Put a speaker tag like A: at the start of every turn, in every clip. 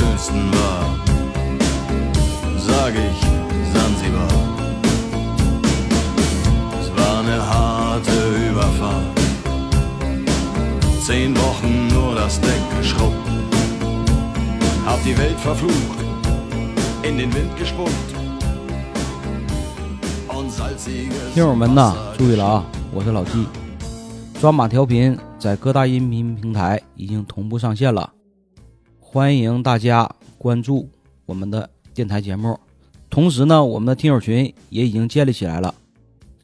A: Zanzibar, sag ich Zanzibar. Es war eine harte Überfahrt. Zehn Wochen nur das Deck geschrubbt. Hab die Welt verflucht, in den Wind gespuckt. Und salziges
B: 听友们呐
A: Wasser，
B: 注意了啊！我是老纪，抓马调频在各大音频平台已经同步上线了，欢迎大家关注我们的电台节目。同时呢，我们的听友群也已经建立起来了，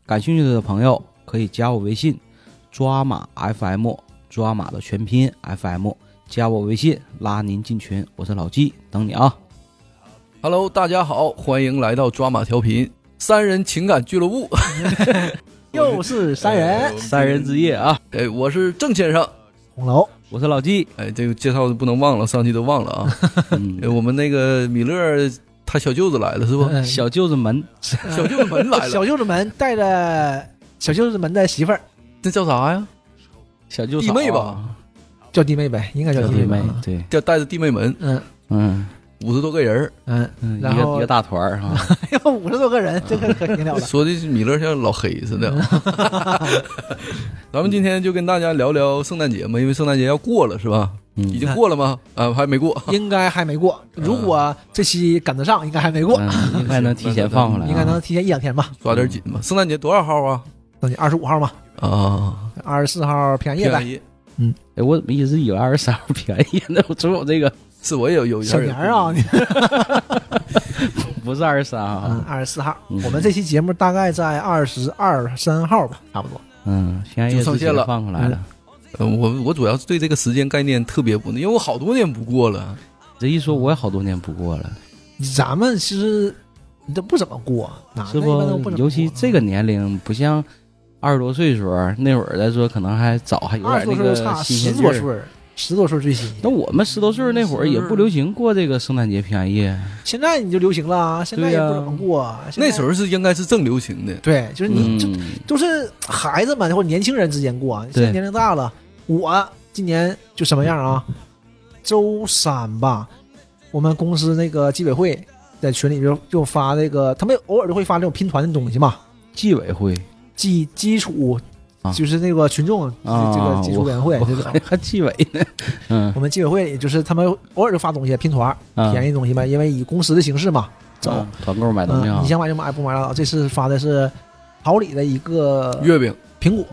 B: 感兴趣的朋友可以加我微信“抓马 FM”，抓马的全拼 FM，加我微信拉您进群。我是老纪，等你啊！
C: Hello，大家好，欢迎来到抓马调频三人情感俱乐 部。
D: 又是三人，
B: 三人之夜啊！
C: 哎，我是郑先生。
D: 哎红楼
B: 我是老纪，
C: 哎，这个介绍不能忘了，上期都忘了 啊。哎
B: 嗯、
C: 我们那个米勒他小舅子来了是不？
D: 嗯
B: 小舅子门
C: 小舅子门来了，
D: 小舅子们带着小舅子们的媳妇儿
C: 这叫啥呀？
B: 小舅
C: 弟
B: 嫂
C: 妹吧
B: 啊
D: 叫弟妹呗，应该叫
B: 小
D: 弟
B: 弟妹
D: 妹吧。
B: 对，
C: 叫带着弟妹门，
D: 嗯
B: 嗯
C: 五十多个人
D: 嗯，
B: 嗯，一
D: 然
B: 个
D: 后
B: 一个大团嗯儿哈，
D: 哎呦， 五十多个人，这个可挺了嗯
C: 儿，
D: 了。
C: 说的是米勒像老黑似的。 咱们今天就跟大家聊聊圣诞节嘛，因为圣诞节要过了是吧？已
B: 嗯，
C: 经过了吗？啊，还没过。
D: 应该还没过，如果这期赶得上，应该还没过，
B: 嗯应该能提前放回来啊，
D: 应该能提前一两天吧，
C: 抓点紧吧。圣诞节多少号啊？
D: 等你二十五号嘛，
C: 啊，
D: 二十四号平安夜呗，
C: 夜
B: 哎，我怎么一直以为二十三号便宜呢？我总有这个
C: 是我也有有
D: 小年儿
B: 嗯
D: 啊，，你
B: 不是二十三
D: 嗯，
B: 号，
D: 二十四号，
B: 嗯
D: 我们这期节目大概在二十二三号吧，差不多。
B: 嗯，平安夜
C: 就上
B: 之前
C: 线了
B: 放回来了。
D: 嗯
C: 呃，我我主要是对这个时间概念特别不，因为我好多年不过了。
B: 这一说，我也好多年不过了，
D: 咱们其实你都不怎么过，哪
B: 是
D: 个啊一般都
B: 不
D: 不？怎么
B: 尤其
D: 过啊
B: 这个年龄，不像二十多岁时候那会儿来说，可能还早，还有
D: 二
B: 点
D: 十
B: 那
D: 多岁
B: 个
D: 就差
B: 新
D: 十
B: 鲜劲
D: 多
B: 儿。
D: 岁，十多岁最新。
B: 那我们十多岁那会儿也不流行过这个圣诞节、平安夜，
D: 现在你就流行了啊，现在也不怎么过。啊现在
C: 那时候是应该是正流行的，
D: 对，就是你
B: 嗯
D: 就，都是孩子们或者年轻人之间过。啊现
B: 对
D: 在年龄大了，我今年就什么样啊？周三吧，我们公司那个纪委会在群里就就发那个，他们偶尔就会发这种拼团的东西嘛，
B: 纪委会
D: 基基础
B: 啊
D: 就是那个群众这
B: 啊
D: 这个基础委员会这种。
B: 还纪委呢，嗯
D: 我们纪委会就是他们偶尔就发东西，拼团
B: 啊，
D: 便宜的东西嘛，因为以公司的形式嘛，嗯走。
B: 啊团购买东西
D: 嗯，
B: 啊
D: 你，想买就买，不买拉倒。这次发的是桃李的一个
C: 月饼
D: 苹 果，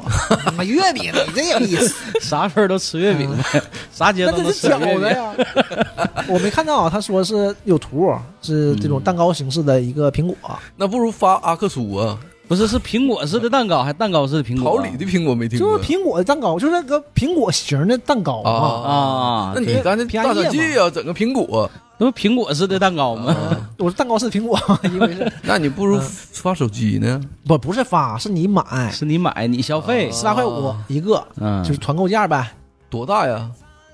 D: 买啊月饼，你这有意思，
B: 啥事儿都吃月饼呗，啥节
D: 嗯那
B: 都能
D: 这
B: 吃
D: 是饺
B: 月
D: 子
B: 饼。
D: 呀。 我没看到，啊他说是有图，啊是这种蛋糕形式的一个苹果，啊
C: 那不如发阿克苏啊，
B: 不是，是苹果似的蛋糕，还蛋糕似的苹
C: 桃
B: 果。
C: 李的苹果没听
D: 就
C: 过
D: 是嗯苹果的蛋糕，就是那个苹果型的蛋糕嘛。
B: 啊
C: 那你
B: 对
C: 干脆
D: 平安
C: 大
D: 夜
C: 转季啊，整个苹果，
B: 那不苹果似的蛋糕吗？
C: 啊
D: 我说蛋糕是苹果， 以为是
C: 那你不如
D: 嗯
C: 发手机呢？
D: 不不是发，是哦你买
B: 是你买，你消费
C: 啊，
D: 十八块五一个，
B: 嗯，
D: 嗯就是团购价呗。
C: 多大呀？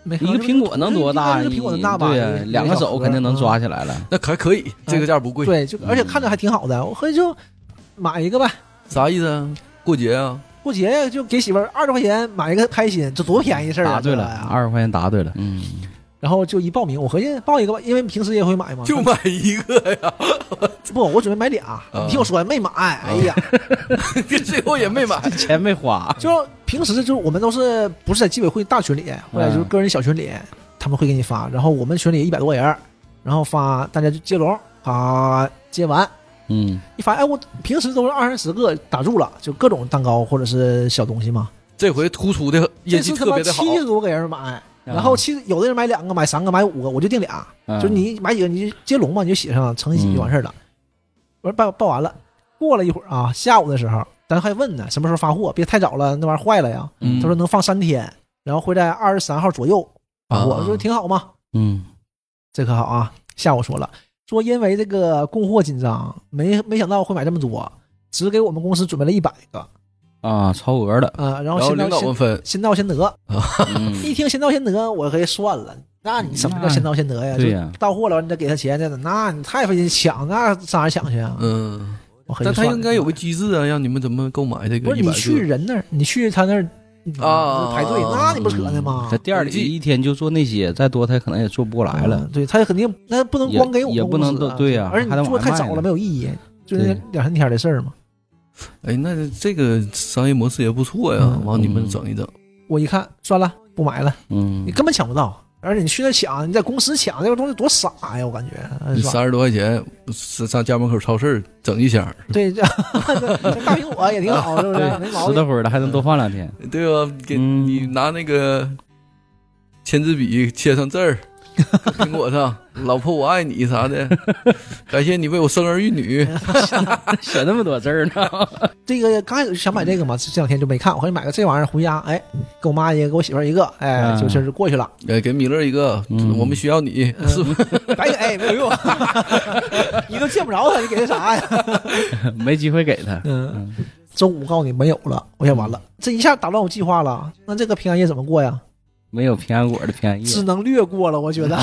D: 没
B: 一个苹果能多大？
D: 一个苹果能大吧？
B: 对
D: 一
B: 呀
D: 个，嗯
B: 两个手肯定能抓起来了。
C: 那还可以，这个价不贵，
D: 对，就而且看着还挺好的，我合计就买一个呗。
C: 啥意思啊？过节啊？
D: 过节就给媳妇儿二十块钱买一个开心，这多便宜事儿啊！
B: 答对了，
D: 这玩意儿
B: 二十块钱答对了。嗯，
D: 然后就一报名，我合计报一个吧，因为平时也会买嘛。
C: 就买一 个呀，
D: 不，我准备买
B: 啊
D: 俩。你听我说，没买。哎呀，
C: 最后也没买。
B: 钱没花，
D: 就平时就是我们都是不是在纪委会大群里，
B: 嗯
D: 或者就是个人小群里，他们会给你发。然后我们群里一百多个人，然后发大家就接龙，啊，接完
B: 嗯，
D: 一发现，哎，我平时都是二三十个打住了，就各种蛋糕或者是小东西嘛。
C: 这回突出的业
D: 这
C: 绩
D: 次他
C: 特
D: 妈
C: 别的好，
D: 七十多个人
B: 啊
D: 买，然后其实有的人买两个，买三个，买五个，我就定俩。
B: 嗯
D: 就是你买几个你就接龙嘛，你就写上乘以
C: 嗯
D: 几就完事儿了。我说报报完了，过了一会儿啊，下午的时候，咱还问呢，什么时候发货？别太早了，那玩意儿坏了呀。
B: 嗯
D: 他说能放三天，然后会在二十三号左右发货。
C: 啊
D: 我说挺好嘛，
B: 嗯
D: 这可好啊。下午说了，说因为这个供货紧张，没没想到会买这么多，只给我们公司准备了一百个，，
B: 啊，超额的
D: 呃，然
C: 然
D: 后
C: 后
D: 先
C: 领
D: 到
C: 导们
D: 先
C: 分，
D: 先到先得，
B: 嗯
D: 一听先到先得，我可以算了。那你什么叫先到先得呀？
B: 嗯对
D: 就
B: 呀
D: 到货了，你再给他钱，那那你太费劲抢，那上哪抢去啊？
C: 嗯。
D: 我合计
C: 但他
D: 算了
C: 应该有个机制啊，让你们怎么购买这个
D: 嗯不
C: 100
D: 是你
C: 个
D: 去人那儿，你去他那儿
C: 啊
D: 排队，那你不扯呢吗？
B: 在店里一天就做那些，再多他可能也做不过来了。
D: 嗯对他也肯定，他不能
B: 也
D: 光给我们
B: 也不能
D: 公司啊
B: 都对呀
D: 而且
B: 还得
D: 你
B: 往
D: 做
B: 外
D: 太
B: 卖
D: 早
B: 呢
D: 了没有意义，就那
B: 对
D: 两三天的事儿嘛。
C: 哎，那这个商业模式也不错呀，
D: 嗯
C: 完、你们
B: 嗯
C: 整一整，
D: 我一看，算了，不买了，
B: 嗯
D: 你，根本抢不到。而且你去那抢，你在公司抢这个东西多傻呀！我感觉，呃
C: 你
D: 是吧？
C: 三十多块钱上上家门口超市整一箱，
D: 对，这 这大苹果也挺好，是不是？
B: 啊对
D: 没毛
B: 拾
D: 病。
B: 掇会儿的还能多放两 天。
C: 对吧？给
B: 嗯
C: 你拿那个签字笔签上字儿，苹果上“老婆我爱你”啥的，感谢你为我生儿育女。
B: 写那么多字儿呢？
D: 这个刚开始想买这个嘛，这这两天就没看，我后来买个这玩意儿回家，哎，给我妈一个，给我媳妇儿一个，哎，
B: 嗯
D: 就事儿就过去了。
C: 哎，给米勒一个，
B: 嗯
C: 我们需要你， 是不是？
D: 白给，哎，没有 用，你都见不着他，你给他啥呀？
B: 没机会给他。
D: 嗯，周五告诉你没有了，我想完了，这一下打乱我计划了。那这个平安夜怎么过呀？
B: 没有平安果的平安夜，
D: 只能略过了，我觉得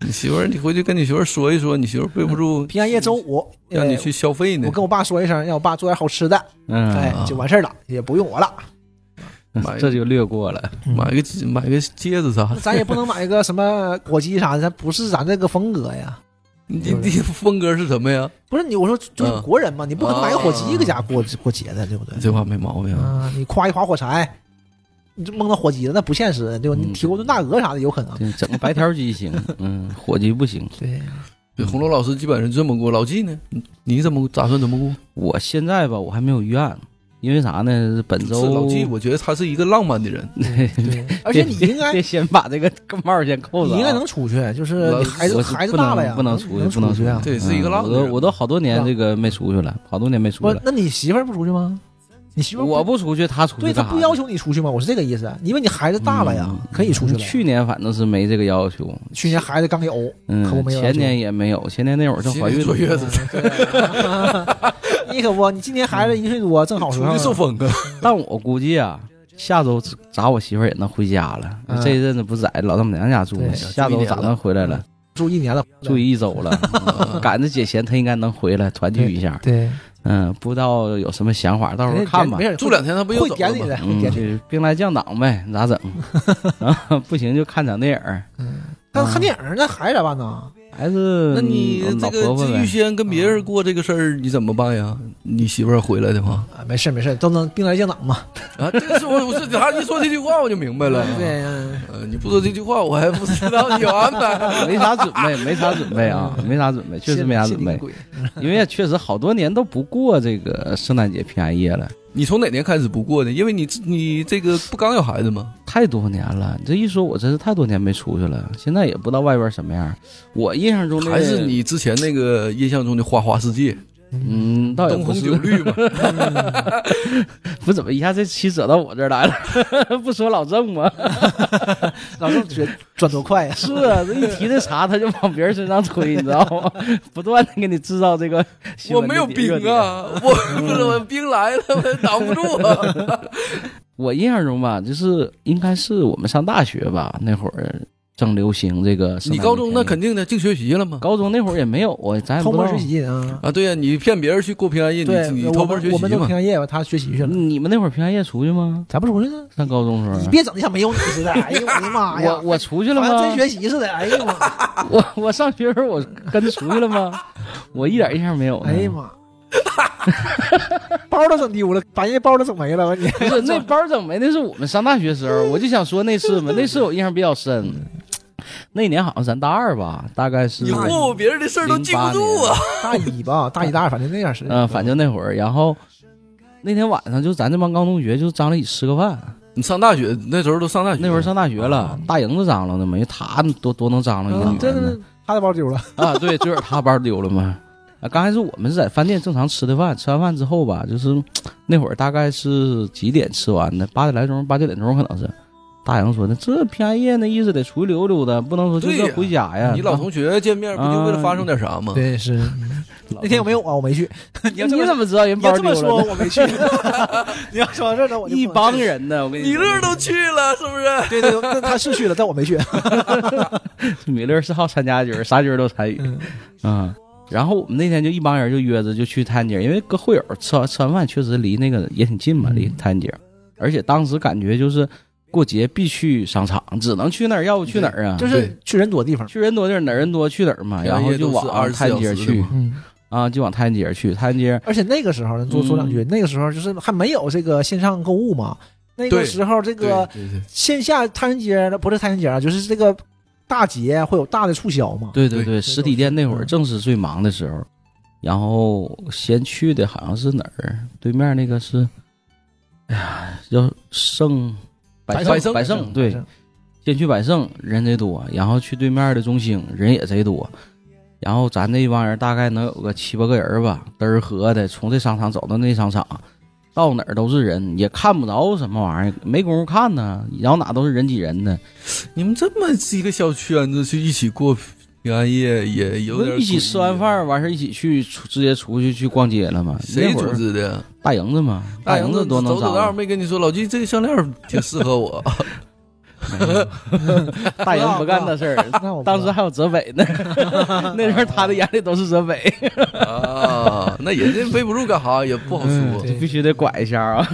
C: 你媳妇儿，你回去跟你媳妇儿说一说，你媳妇儿备不住
D: 平安夜周五
C: 让你
D: 呃
C: 去消费呢
D: 嗯我。跟我爸说一声，让我爸做点好吃的，
B: 嗯，哎
D: 哎，就完事儿了，也不用我了。
C: 妈呀
B: 这就略过了。
C: 买个买个戒指啥 的，
D: 咱也不能买个什么火鸡啥的，咱不是咱这个风格呀。
C: 你你风格是什么呀？
D: 不是你，我说就是
C: 嗯
D: 国人嘛，你不可能买个火
B: 嗯
D: 鸡搁家过过节的，对不对？
C: 这话没毛病。
D: 啊，你夸一夸火柴，你这蒙到火鸡了，那不现实，对吧？你
B: 嗯
D: 提锅炖大鹅啥的有可能。
B: 对，整个白条鸡 行，嗯，火鸡不行。
D: 对，
C: 对红楼老师基本上这么过，老纪呢？你你怎么打算怎么过？
B: 我现在吧，我还没有预案，因为啥呢？本
C: 是
B: 周
C: 老纪，我觉得他是一个浪漫的人。
D: 对，而且你应该
B: 别先把这个帽儿先扣
D: 你
B: 上啊。
D: 应该能出去，就是
C: 我
D: 你孩子
B: 我是
D: 孩子
B: 不能
D: 大了呀，
B: 不能
D: 出
B: 出去，不
D: 能
B: 能出去
D: 啊。
C: 对是一个浪
B: 嗯我
C: 子
B: 都我都好多年
D: 是吧
B: 这个没出去了，好多年没出
D: 不
B: 去
D: 是
B: 了，。
D: 那你媳妇儿不出去吗？你媳妇儿不
B: 我不出去，他出
D: 对
B: 去
D: 她
B: 干啥
D: 不
B: 去？
D: 要求你出去吗？我是这个意思，啊因为你孩子大了呀，可以出去了。
B: 嗯去年反正是没这个要求，
D: 去年孩子 刚有，
B: 嗯
D: 可我，没有要求
B: 前年也没有，前年那会儿正怀孕
C: 坐
B: 呢，
C: 月子，
D: 你可不，你今年孩子一岁多，正好时
C: 出
D: 候
C: 去受风啊！
B: 但我估计啊，下周咋我媳妇儿也能回家了。
D: 嗯
B: 这一阵子不是在老丈母娘家住吗？
D: 对
B: 下周咋能回来了？嗯
D: 住一年了，
B: 住一周了，嗯赶着解闲，她应该能回来团聚一下。
D: 对，
B: 嗯，不知道有什么想法，到时候看吧
D: 没。事，
C: 住两天他不又
D: 会
C: 走
D: 点
C: 了
D: 你
C: 吗？
D: 的，会
B: 嗯，
D: 点你。
B: 就是兵来将挡呗，咋 整？啊，不行就看场电影儿。
D: 但看电影那孩子咋办呢？
B: 还是
C: 那你
B: 嗯
C: 这
B: 老婆
C: 个
B: 婆呗
C: 预先跟别人过这个事儿，你怎么办呀？你媳妇儿回来的话
D: 啊，没事没事，都能兵来将挡嘛。
C: 啊，这个是我我是他一说这句话我就明白了。
D: 对，嗯
C: 呃，你不说这句话我还不知道你有安 排。
B: 没啥准备，没啥准备啊，没啥准备，确实没啥准备，。因为也确实好多年都不过这个圣诞节、平安夜了，
C: 你从哪年开始不过的？因为你你这个不刚要孩子吗？
B: 太多年了。你这一说，我真是太多年没出去了，现在也不知道外边什么样。我印象中的
C: 还是，你之前那个印象中的花花世界，
B: 嗯，倒也
C: 灯
B: 不
C: 红
B: 是
C: 酒，绿嘛？
B: 不怎么一下这期扯到我这儿来了， 不说老郑 吗？
D: 老郑觉得转 多快呀！
B: 是啊，这一提这茬，他就往别人身上推，你知道吗？ 不断的给你制造这个新
C: 我
B: 闻
C: 没
B: 的
C: 有
B: 热点，
C: 冰啊，我不是我
B: 嗯
C: 冰来了，我挡不住啊。
B: 我印象中吧，就是应该是我们上大学吧，那会儿正流行这个圣诞节。
C: 你高中那肯定的，净学习了吗？
B: 高中那会儿也没有啊，咱也
D: 偷
B: 不知
D: 摸
B: 道
D: 学。习啊！
C: 啊，对呀、你骗别人去过平安夜，
D: 对，
C: 你你
D: 我
C: 偷摸
D: 们
C: 学
D: 我
C: 习
D: 们都
C: 嘛
D: 平？安夜吧，他学习去了，
B: 你们那会儿平安夜出去吗？
D: 咱不出去呢。
B: 上高中的时
D: 你
B: 候，
D: 别整的像没有你似的，哎呦我的妈呀！
B: 嗯我我出去了
D: 好像真
B: 吗？
D: 学习似的，哎呦 我，
B: 我我上学时候我跟着出去了吗？ 我一点印象没有呢。
D: 哎呀妈！包都整丢了，把人家包都整没了，我你
B: 不是那班儿整没，那是我们上大学时候，我就想说那次嘛，那次我印象比较深。
D: 嗯
B: 那年好像咱大二吧，大概是
C: 你霍霍别人的事儿都记不住啊！
D: 大一吧，大一大二，反正那样式。
B: 嗯，反正那会儿，然后那天晚上就咱这帮高中同学就张罗一起吃个饭。
C: 你上大学那时候都上大学，
B: 那会儿上大学了，大营子张罗的嘛，因为他多多能张罗一个
D: 啊
B: 女
D: 嗯对
B: 人
D: 对
B: 呢
D: 对，他的包丢了，
B: 啊，对，就是他包丢了嘛。啊，刚开始我们是在饭店正常吃的饭，吃完饭之后吧，就是那会儿大概是几点吃完的？八点来钟，八九点钟可能是。大营说的，这平安夜那意思得出去溜溜的，不能说就
C: 对
B: 这
C: 呀
B: 回家呀。啊
C: 你老同学见面不就为了
B: 嗯
C: 发生点啥吗？
D: 对是。那天我没有啊，我没去。 你
B: 你怎么知道人
D: 你
B: 包
D: 要这
B: 丢
D: 么说，
C: 哦
B: 了呢？
D: 我 没去。你要说到这儿呢，我 就
B: 一
D: 不
B: 帮人呢，我跟你
C: 你
B: 说，
C: 这都去了，是不是？
D: 对对，那他是去
B: 啊
D: 了，但我没去。
B: 米勒是好参加局，啥局都参与。
D: 嗯
B: 嗯，然后我们那天就一帮人就约着就去探街，因为搁会友吃完吃完饭确实离那个也挺近嘛，
D: 嗯
B: 离探街，而且当时感觉就是过节必去商场，只能去那儿，要不去哪儿啊？
C: 嗯
D: 就是去人多地方。
B: 去人多地儿，哪儿人多去哪儿嘛，
C: 便宜
B: 然后就
C: 都是
B: 往
C: 24
B: 探街
C: 小时的
B: 去
C: 嘛
D: 嗯，
B: 啊，就往探街去，探街
D: 而且那个时候，多说
B: 嗯
D: 两句，那个时候就是还没有这个线上购物嘛。那个
C: 对
D: 时候，这
C: 对
D: 个
C: 对对，
D: 线下摊人街不是摊人街啊，就是这个大节会有大的促销嘛。
B: 对对
C: 对
B: 对，实体店那会儿
D: 嗯
B: 正是最忙的时候。然后先去的好像是哪儿，对面那个是，哎呀，叫盛百
C: 百
B: 盛
C: 盛
B: 百盛，对，先去百盛人贼多，然后去对面的中兴人也贼多，然后咱那帮人大概能有个七八个人吧，嘚儿喝的，从这商场走到那商场，到哪儿都是人，也看不着什么玩意儿，没工夫看呢，然后哪都是人挤人的，
C: 你们这么一个小圈子去一起过平安夜，也有点
B: 一起吃完
C: 诡异啊
B: 饭完事儿一起去出直接出去去逛街了嘛？
C: 谁
B: 那会
C: 组
B: 儿
C: 织的？
B: 大营子嘛，大营子多能
C: 走走道
B: 找，
C: 没跟你说，老季这个项链儿挺适 合我。
B: 大营不干那事儿。
D: 那我不知道
B: 当时还有泽北 呢，那时候他的眼里都是泽北，
C: 啊，那人家背不住干啥也不好说。
B: 就必须得拐一下啊。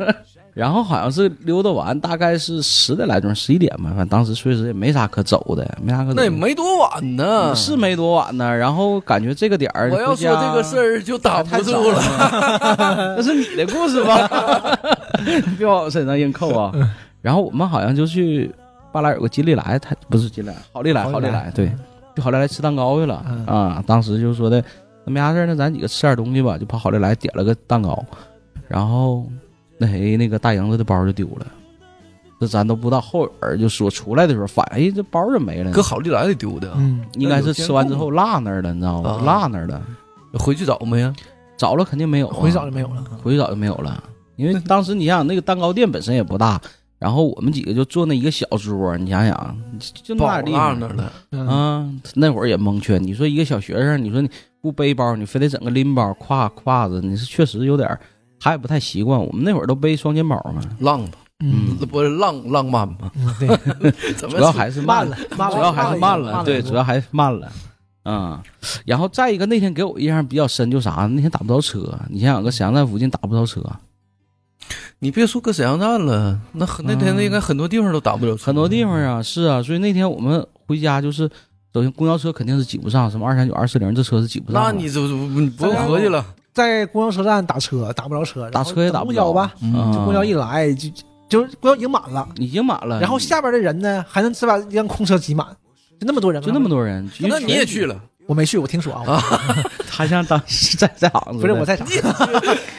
B: 然后好像是溜达完，大概是十点来钟、十一点吧，反正当时确实也没啥可走的，没啥可走
C: 那
B: 的。
C: 也没多晚呢。
B: 嗯是没多晚呢，然后感觉这个点儿，
C: 我要说这个事儿就
B: 啊
C: 挡不住了。
B: 那是你的故事吧？ 你别往我身上硬扣啊。然后我们好像就去巴莱有个金利来，他不是金利来，好利来，
D: 好利
B: 好利
D: 来
B: 来，对，去好利来吃蛋糕去了
D: 嗯
B: 啊。当时就说的，那没啥事儿，那咱几个吃点东西吧，就跑好利来点了个蛋糕，然后那谁那个大营子的包就丢了。这咱都不知道，后边就说出来的时候反应，哎，这包怎么没了呢
C: 搁？好利来里丢的，
D: 嗯，
B: 应该是吃完之后落那儿了，你知道吗？
C: 啊
B: 落那儿了，
C: 回去找没呀？
B: 找了肯定没有、啊，
D: 回早就没有了。
B: 回去早就没有了，因为当时你想想那个蛋糕店本身也不大，然后我们几个就坐那一个小桌，你想想就就
C: 宝
B: 那点地
C: 那那
B: 方
C: 儿了，
D: 嗯，
B: 啊，那会儿也蒙圈。你说一个小学生，你说你不背包，你非得整个拎包挎挎着，你是确实有点儿，他也不太习惯。我们那会儿都背双肩包嘛，
C: 浪吧，
D: 嗯，
C: 不是浪浪漫吗？
D: 嗯对，
C: 怎么
B: 主要 还是
D: 慢
B: 了，
D: 了，慢了
B: 主要还是慢了，对，主
D: 要
B: 要还是慢了。啊、然后再一个，那天给我印象比较深，就啥？那天打不着车，你想想，搁沈阳站附近打不着车，
C: 你别说搁沈阳站了，那很那天那应该很多地方都打不了车
B: 嗯很多地方啊，是啊，所以那天我们回家就是，首先公交车肯定是挤不上，什么二三九、二四零这车是挤不上
C: 那
B: 的。
C: 你就不不用合计了，
D: 在公交车站打车，打不着车，
B: 打车也打
D: 不
B: 不着
D: 吧？
B: 嗯
C: 啊
D: 就公交一来就就是公交已经满了，
B: 已经满了，
D: 然后下边的人呢还能再把让空车挤满，就那么多人，啊
B: 就那么，多人，嗯其实
C: 那你也
B: 全
C: 去了，
D: 我没去，我听说啊，
B: 他像当时在在行子，
D: 不是我 在场。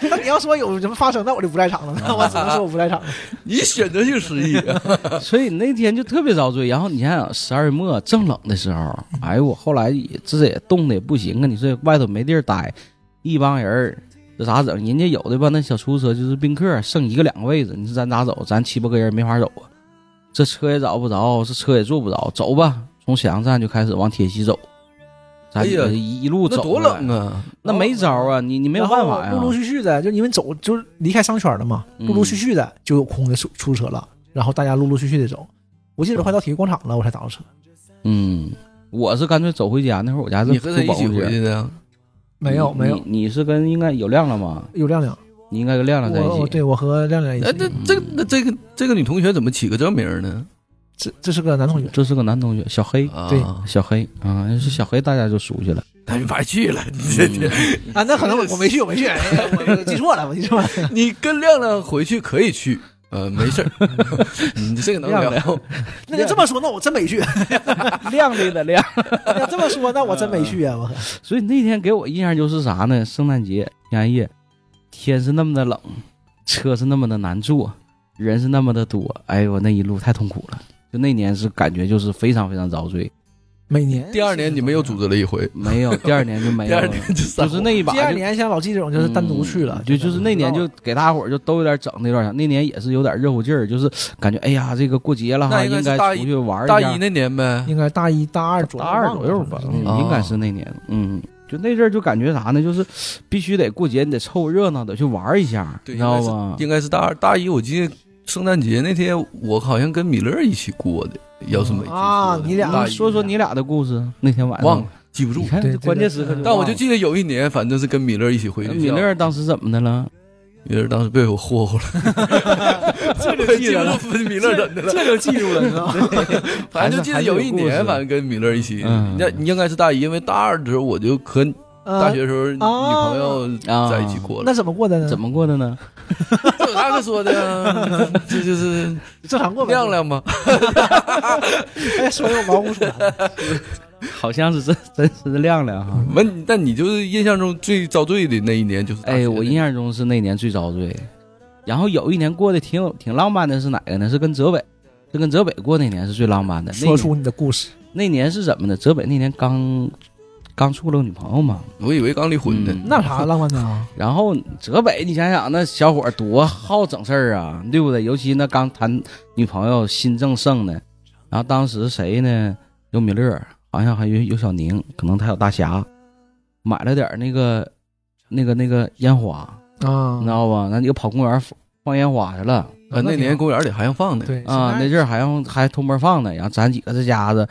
D: 那你要说有什么发生，那我就不在场了，
B: 啊
D: 那我只能说我不在场了。
C: 你选择性失忆，啊
B: 所以那天就特别遭罪。然后你想想，十二月末正冷的时候，哎呦，我后来也这也冻的也不行啊。你说外头没地儿待，一帮人儿这咋整？人家有的吧，那小出租车就是宾客，剩一个两个位置，你说咱咋走？咱七八个人没法走啊，这车也找不着，这车也坐不着，走吧，从沈阳站就开始往铁西走。咱几个
C: 哎呀
B: 一一路
C: 那
B: 走，
C: 多冷！啊！
B: 那没招啊，你 你没有办法呀、
D: 然后陆陆续续的，就因为走就是离开商圈了嘛，
B: 嗯
D: 陆陆续续的就有空的出出租车了，然后大家陆陆续续的走。我记得快到体育广场了，我才打到车，
B: 嗯，我是干脆走回家，那会儿我家是
C: 你和他一起
B: 住保
C: 回
B: 护
C: 去
B: 区
C: 的，
D: 没有
B: 你
D: 没有
B: 你你是跟应该有亮了吗？
D: 有亮亮，
B: 你应该跟啊亮亮在一
D: 我
B: 起。呃
D: 我对我和亮亮一
C: 哎，
D: 起，
C: 这这那这个这个女同学怎么起个这名儿呢？
D: 这这是个男同学，
B: 这是个男同学，小黑，
C: 啊，
D: 对
B: 小黑啊，要是小黑大家就熟悉了。
C: 他就白去了，你这这
D: 啊，那可 能我我没去，我没去，哎呀我我记错了，我记错了。
C: 你跟亮亮回去可以去，呃，没事 儿，你这个能
B: 亮
C: 聊。
D: 那你这么说，那我真没去。
B: 亮丽的亮。嗯
D: 你要这么说， 那我真没去啊！我
B: 所以那天给我印象就是啥呢？圣诞节平安夜，天是那么的冷，车是那么的难坐，人是那么的多。哎呦，我那一路太痛苦了。就那年是感觉就是非常非常遭罪，
D: 每年
C: 第二年你们又组织了一回，
B: 没有第二年就没
C: 第
B: 有
C: 二
B: 了，
C: 年就散
B: 就
C: 伙
B: 是那一把
D: 第二
B: 就
D: 年像老季这种就是单独去了
B: 嗯，就就是那年
D: 知道
B: 就
D: 了
B: 给大家伙儿就都有点整那段儿啥，那年也是有点热乎劲儿，就是感觉哎呀，这个过节了哈，
C: 那应该
B: 应
C: 是
B: 该
C: 大一
B: 出去玩
C: 大
B: 一下嗯
C: 一那年呗。
D: 应该大一大二左
B: 大
D: 右，
B: 二左右吧
D: 吧，，
B: 嗯
C: 啊
B: 应该是那年，嗯，就那阵儿就感觉啥呢，就是必须得过节，你得凑热闹，得去玩一下，你
C: 对
B: 知道吧？
C: 应该是大二大一，我记得圣诞节那天我好像
B: 嗯
C: 跟米勒一起过的，要是没记错的
D: 啊你俩
C: 大
B: 你
C: 一
B: 说说你俩的故事，那天晚上
C: 忘了，记不住
B: 你。看
D: 对
B: 这
D: 对
B: 关键
D: 对
B: 时刻，
D: 嗯
C: 但我就记得有一年，反正是跟米勒一起回学校。
B: 米勒当时怎么的了？
C: 米勒当时被我霍霍了，
B: 这
C: 我也记不住米勒怎么的了。
D: 这就记住了，你知道吗？
C: 反正就记得有
B: 还是
C: 一
B: 有故
C: 年，
B: 事
C: 反正跟米勒一起，
B: 嗯
C: 那应该是大一，因为大二的时候我就和大学时候女朋友
B: 啊
C: 在一起过了
D: 嗯那。怎么过的呢？
B: 怎么过的呢？
C: 这有啥可说的 呀？这就是
D: 正常过吧？
C: 亮亮嘛。
D: 哎，说的我毛骨悚然。
B: 好像是真 真实的亮亮 哈。
C: 那你但你就是印象中最遭罪的那一年，就是大学
B: 哎，我
C: 那
B: 印象中是那年最遭罪。然后有一年过得挺有挺浪漫的是哪个呢？是跟泽北，是跟泽北过那年是最浪漫的。 那
D: 说出你的故事，
B: 那年是怎么的？泽北那年刚刚处了个女朋友嘛，
C: 我以为刚离婚呢。
B: 嗯
D: 那有啥浪漫的啊？
B: 然后泽北，你想想那小伙儿多好整事儿啊，对不对？尤其那刚谈女朋友，心正盛呢。然后当时谁呢？有米勒，好像还有有小宁，可能他有大侠，买了点儿那个那个那个烟花，
D: 啊，
B: 你知道 吧？那你就跑公园放放烟花去了
C: 啊，那年公园里还让放呢。
D: 对
B: 啊！那
D: 现在
B: 阵儿还让还偷摸放呢，然后咱几个这家子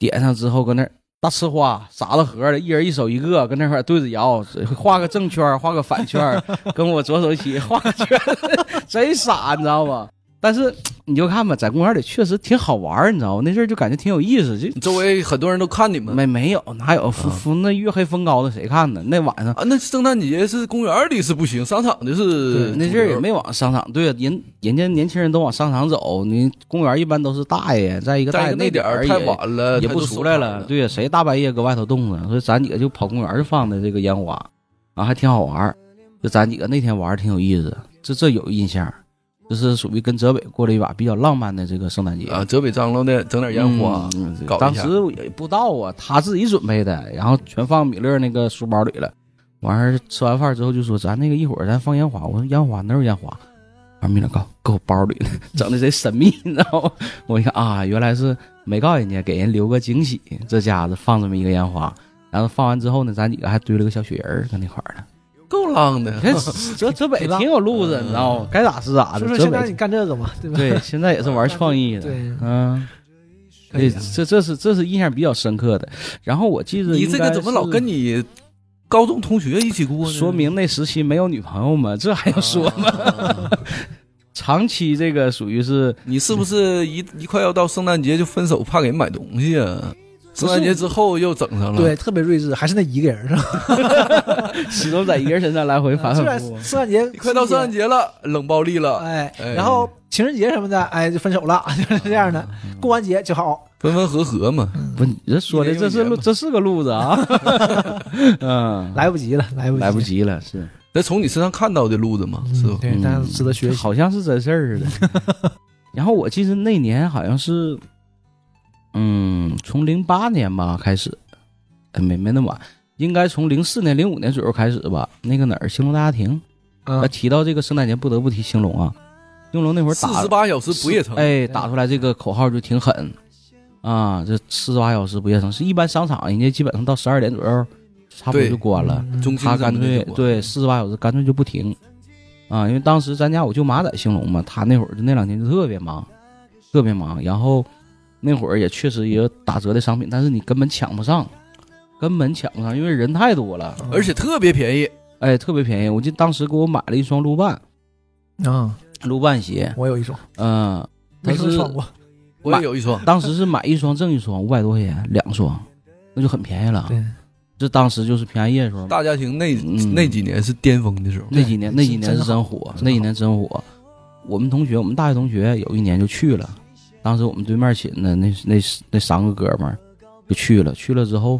B: 点上之后，搁那儿大呲花撒了盒的，一人一手一个，跟那块儿对着摇，画个正圈儿，画个反圈儿，跟我左手一起画个圈儿，贼傻，你知道吧？但是你就看吧，在公园里确实挺好玩儿，你知道吗？那阵儿就感觉挺有意思，就
C: 周围很多人都看你们
B: 没没有哪有风
C: 啊
B: 风那月黑风高的谁看呢？那晚上
C: 啊。那圣诞节是公园里是不行，商场的是
B: 那
C: 主
B: 阵儿
C: 流
B: 也没往商场，对，人人家年轻人都往商场走，你公园一般都是大爷，再一个大
C: 再
B: 爷
C: 一个那
B: 点
C: 点
B: 儿
C: 儿
B: 也
C: 太晚了，
B: 也
C: 他
B: 不
C: 就
B: 出
C: 收
B: 来
C: 摊
B: 了，。对，谁大半夜搁外头冻呢？所以咱几个就跑公园儿放的这个烟花，啊，还挺好玩儿。就咱几个那天玩儿挺有意思，这这有印象，这是属于跟泽北过了一把比较浪漫的这个圣诞节
C: 啊，泽北张罗的整点烟啊花，
B: 嗯嗯
C: 搞一
B: 当
C: 下
B: 时也不知道啊，他自己准备的，然后全放米勒那个书包里了。完事儿吃完饭之后就说：“咱那个一会儿咱放烟花。”我说：“烟花哪有烟花？”完米勒告搁我包里呢，整的贼神秘，你知道吗？ 我一看啊，原来是没告诉人家，给人留个惊喜。这家子放这么一个烟花，然后放完之后呢，咱几个还堆了个小雪人儿搁那块儿呢。
C: 够浪
B: 你
C: 的。
B: 看泽泽北挺有路子，你知道吗？该咋是咋
D: 是
B: 的。
D: 不是
B: 泽
D: 现在
B: 北
D: 你干这个嘛， 对吧？
B: 对现在也是玩创意的，
D: 对，
B: 嗯。
D: 可以啊
B: 这这是这是印象比较深刻的。然后我记得
C: 你这个怎么老跟
B: 你
C: 你高中同学一起过呢？
B: 说明那时期没有女朋友吗？这还要说吗？
C: 啊
B: 长期这个属于是
C: 你是不是一一快要到圣诞节就分手，怕给人买东西啊？圣诞节之后又整上了。
D: 对，特别睿智，还是那一个人是吧？
B: 始终在一个人身上来回反
D: 虽
B: 反
D: 然
C: 啊
B: 复复。
D: 圣诞节
C: 你快到圣诞
D: 节，
C: 节了，冷暴力
B: 啊
C: 了，
D: 哎，
C: 哎
D: 然后情人节什么的，哎，就分手了， 就是这样的。
B: 嗯
D: 过完节就好，
C: 分分合合嘛。
B: 不，你这说的
C: 一年又
B: 这
C: 一
B: 是
C: 年
B: 路
C: 吧
B: 这是个路子啊。 嗯，
D: 来不及了，来不及，
B: 来不。及了，是
C: 那从你身上看到的路子嘛，
B: 嗯
C: 是吧？
D: 对，但是值得学习。
B: 好像是真事儿似的。 然后我记得那年好像是，嗯，从零八年吧开始，哎没没那么晚，应该从零四年、零五年左右开始吧。那个哪儿，兴隆大家庭，
D: 嗯
B: 啊，提到这个圣诞节，不得不提兴隆啊。兴隆那会儿
C: 四
B: 打
C: 十八小时不夜城，
B: 哎，打出来这个口号就挺狠啊，这四十八小时不夜城是一般商场人家基本上到十二点左右差不多
C: 对
B: 就关了。
D: 嗯
C: 中心
B: 他
C: 上
B: 干
C: 的
B: 脆
C: 那种啊
B: 对四十八小时干脆就不停啊，因为当时咱家我舅妈在兴隆嘛，她那会儿就那两天就特别忙，特别忙，然后那会儿也确实也有打折的商品，但是你根本抢不上，根本抢不上，因为人太多了，
C: 而且特别便宜，
B: 哎，特别便宜，我记得当时给我买了一双鹿伴
D: 啊，
B: 鹿伴鞋，
D: 我有一种
B: 嗯、
D: 没
B: 但
D: 怎么
B: 是啊
D: 穿过，
C: 我也有一双。
B: 当时是买一双赠一双，五百多块钱两双，那就很便宜了，
D: 对，
B: 这当时就是平安夜的时候嘛，
C: 大家庭那
B: 嗯
C: 那几年是巅峰的时候，
B: 那几年
D: 对
B: 那几年
D: 真
B: 是
D: 好
B: 真火，
D: 真
B: 那几
D: 好
B: 年真火。我们同学，我们大学同学有一年就去了，当时我们对面寝的那那那三个哥们儿就去了，去了之后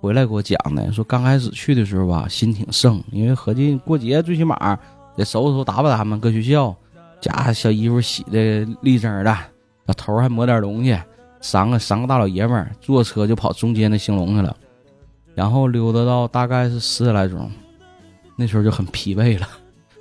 B: 回来给我讲的，说刚开始去的时候吧，心挺盛，因为合计过节最起码得收拾收拾打扮打扮，搁学校，家小衣服洗的立正儿的，那头儿还抹点东西，三个三个大老爷们儿坐车就跑中间的兴隆去了，然后溜达到大概是十点来钟，那时候就很疲惫了。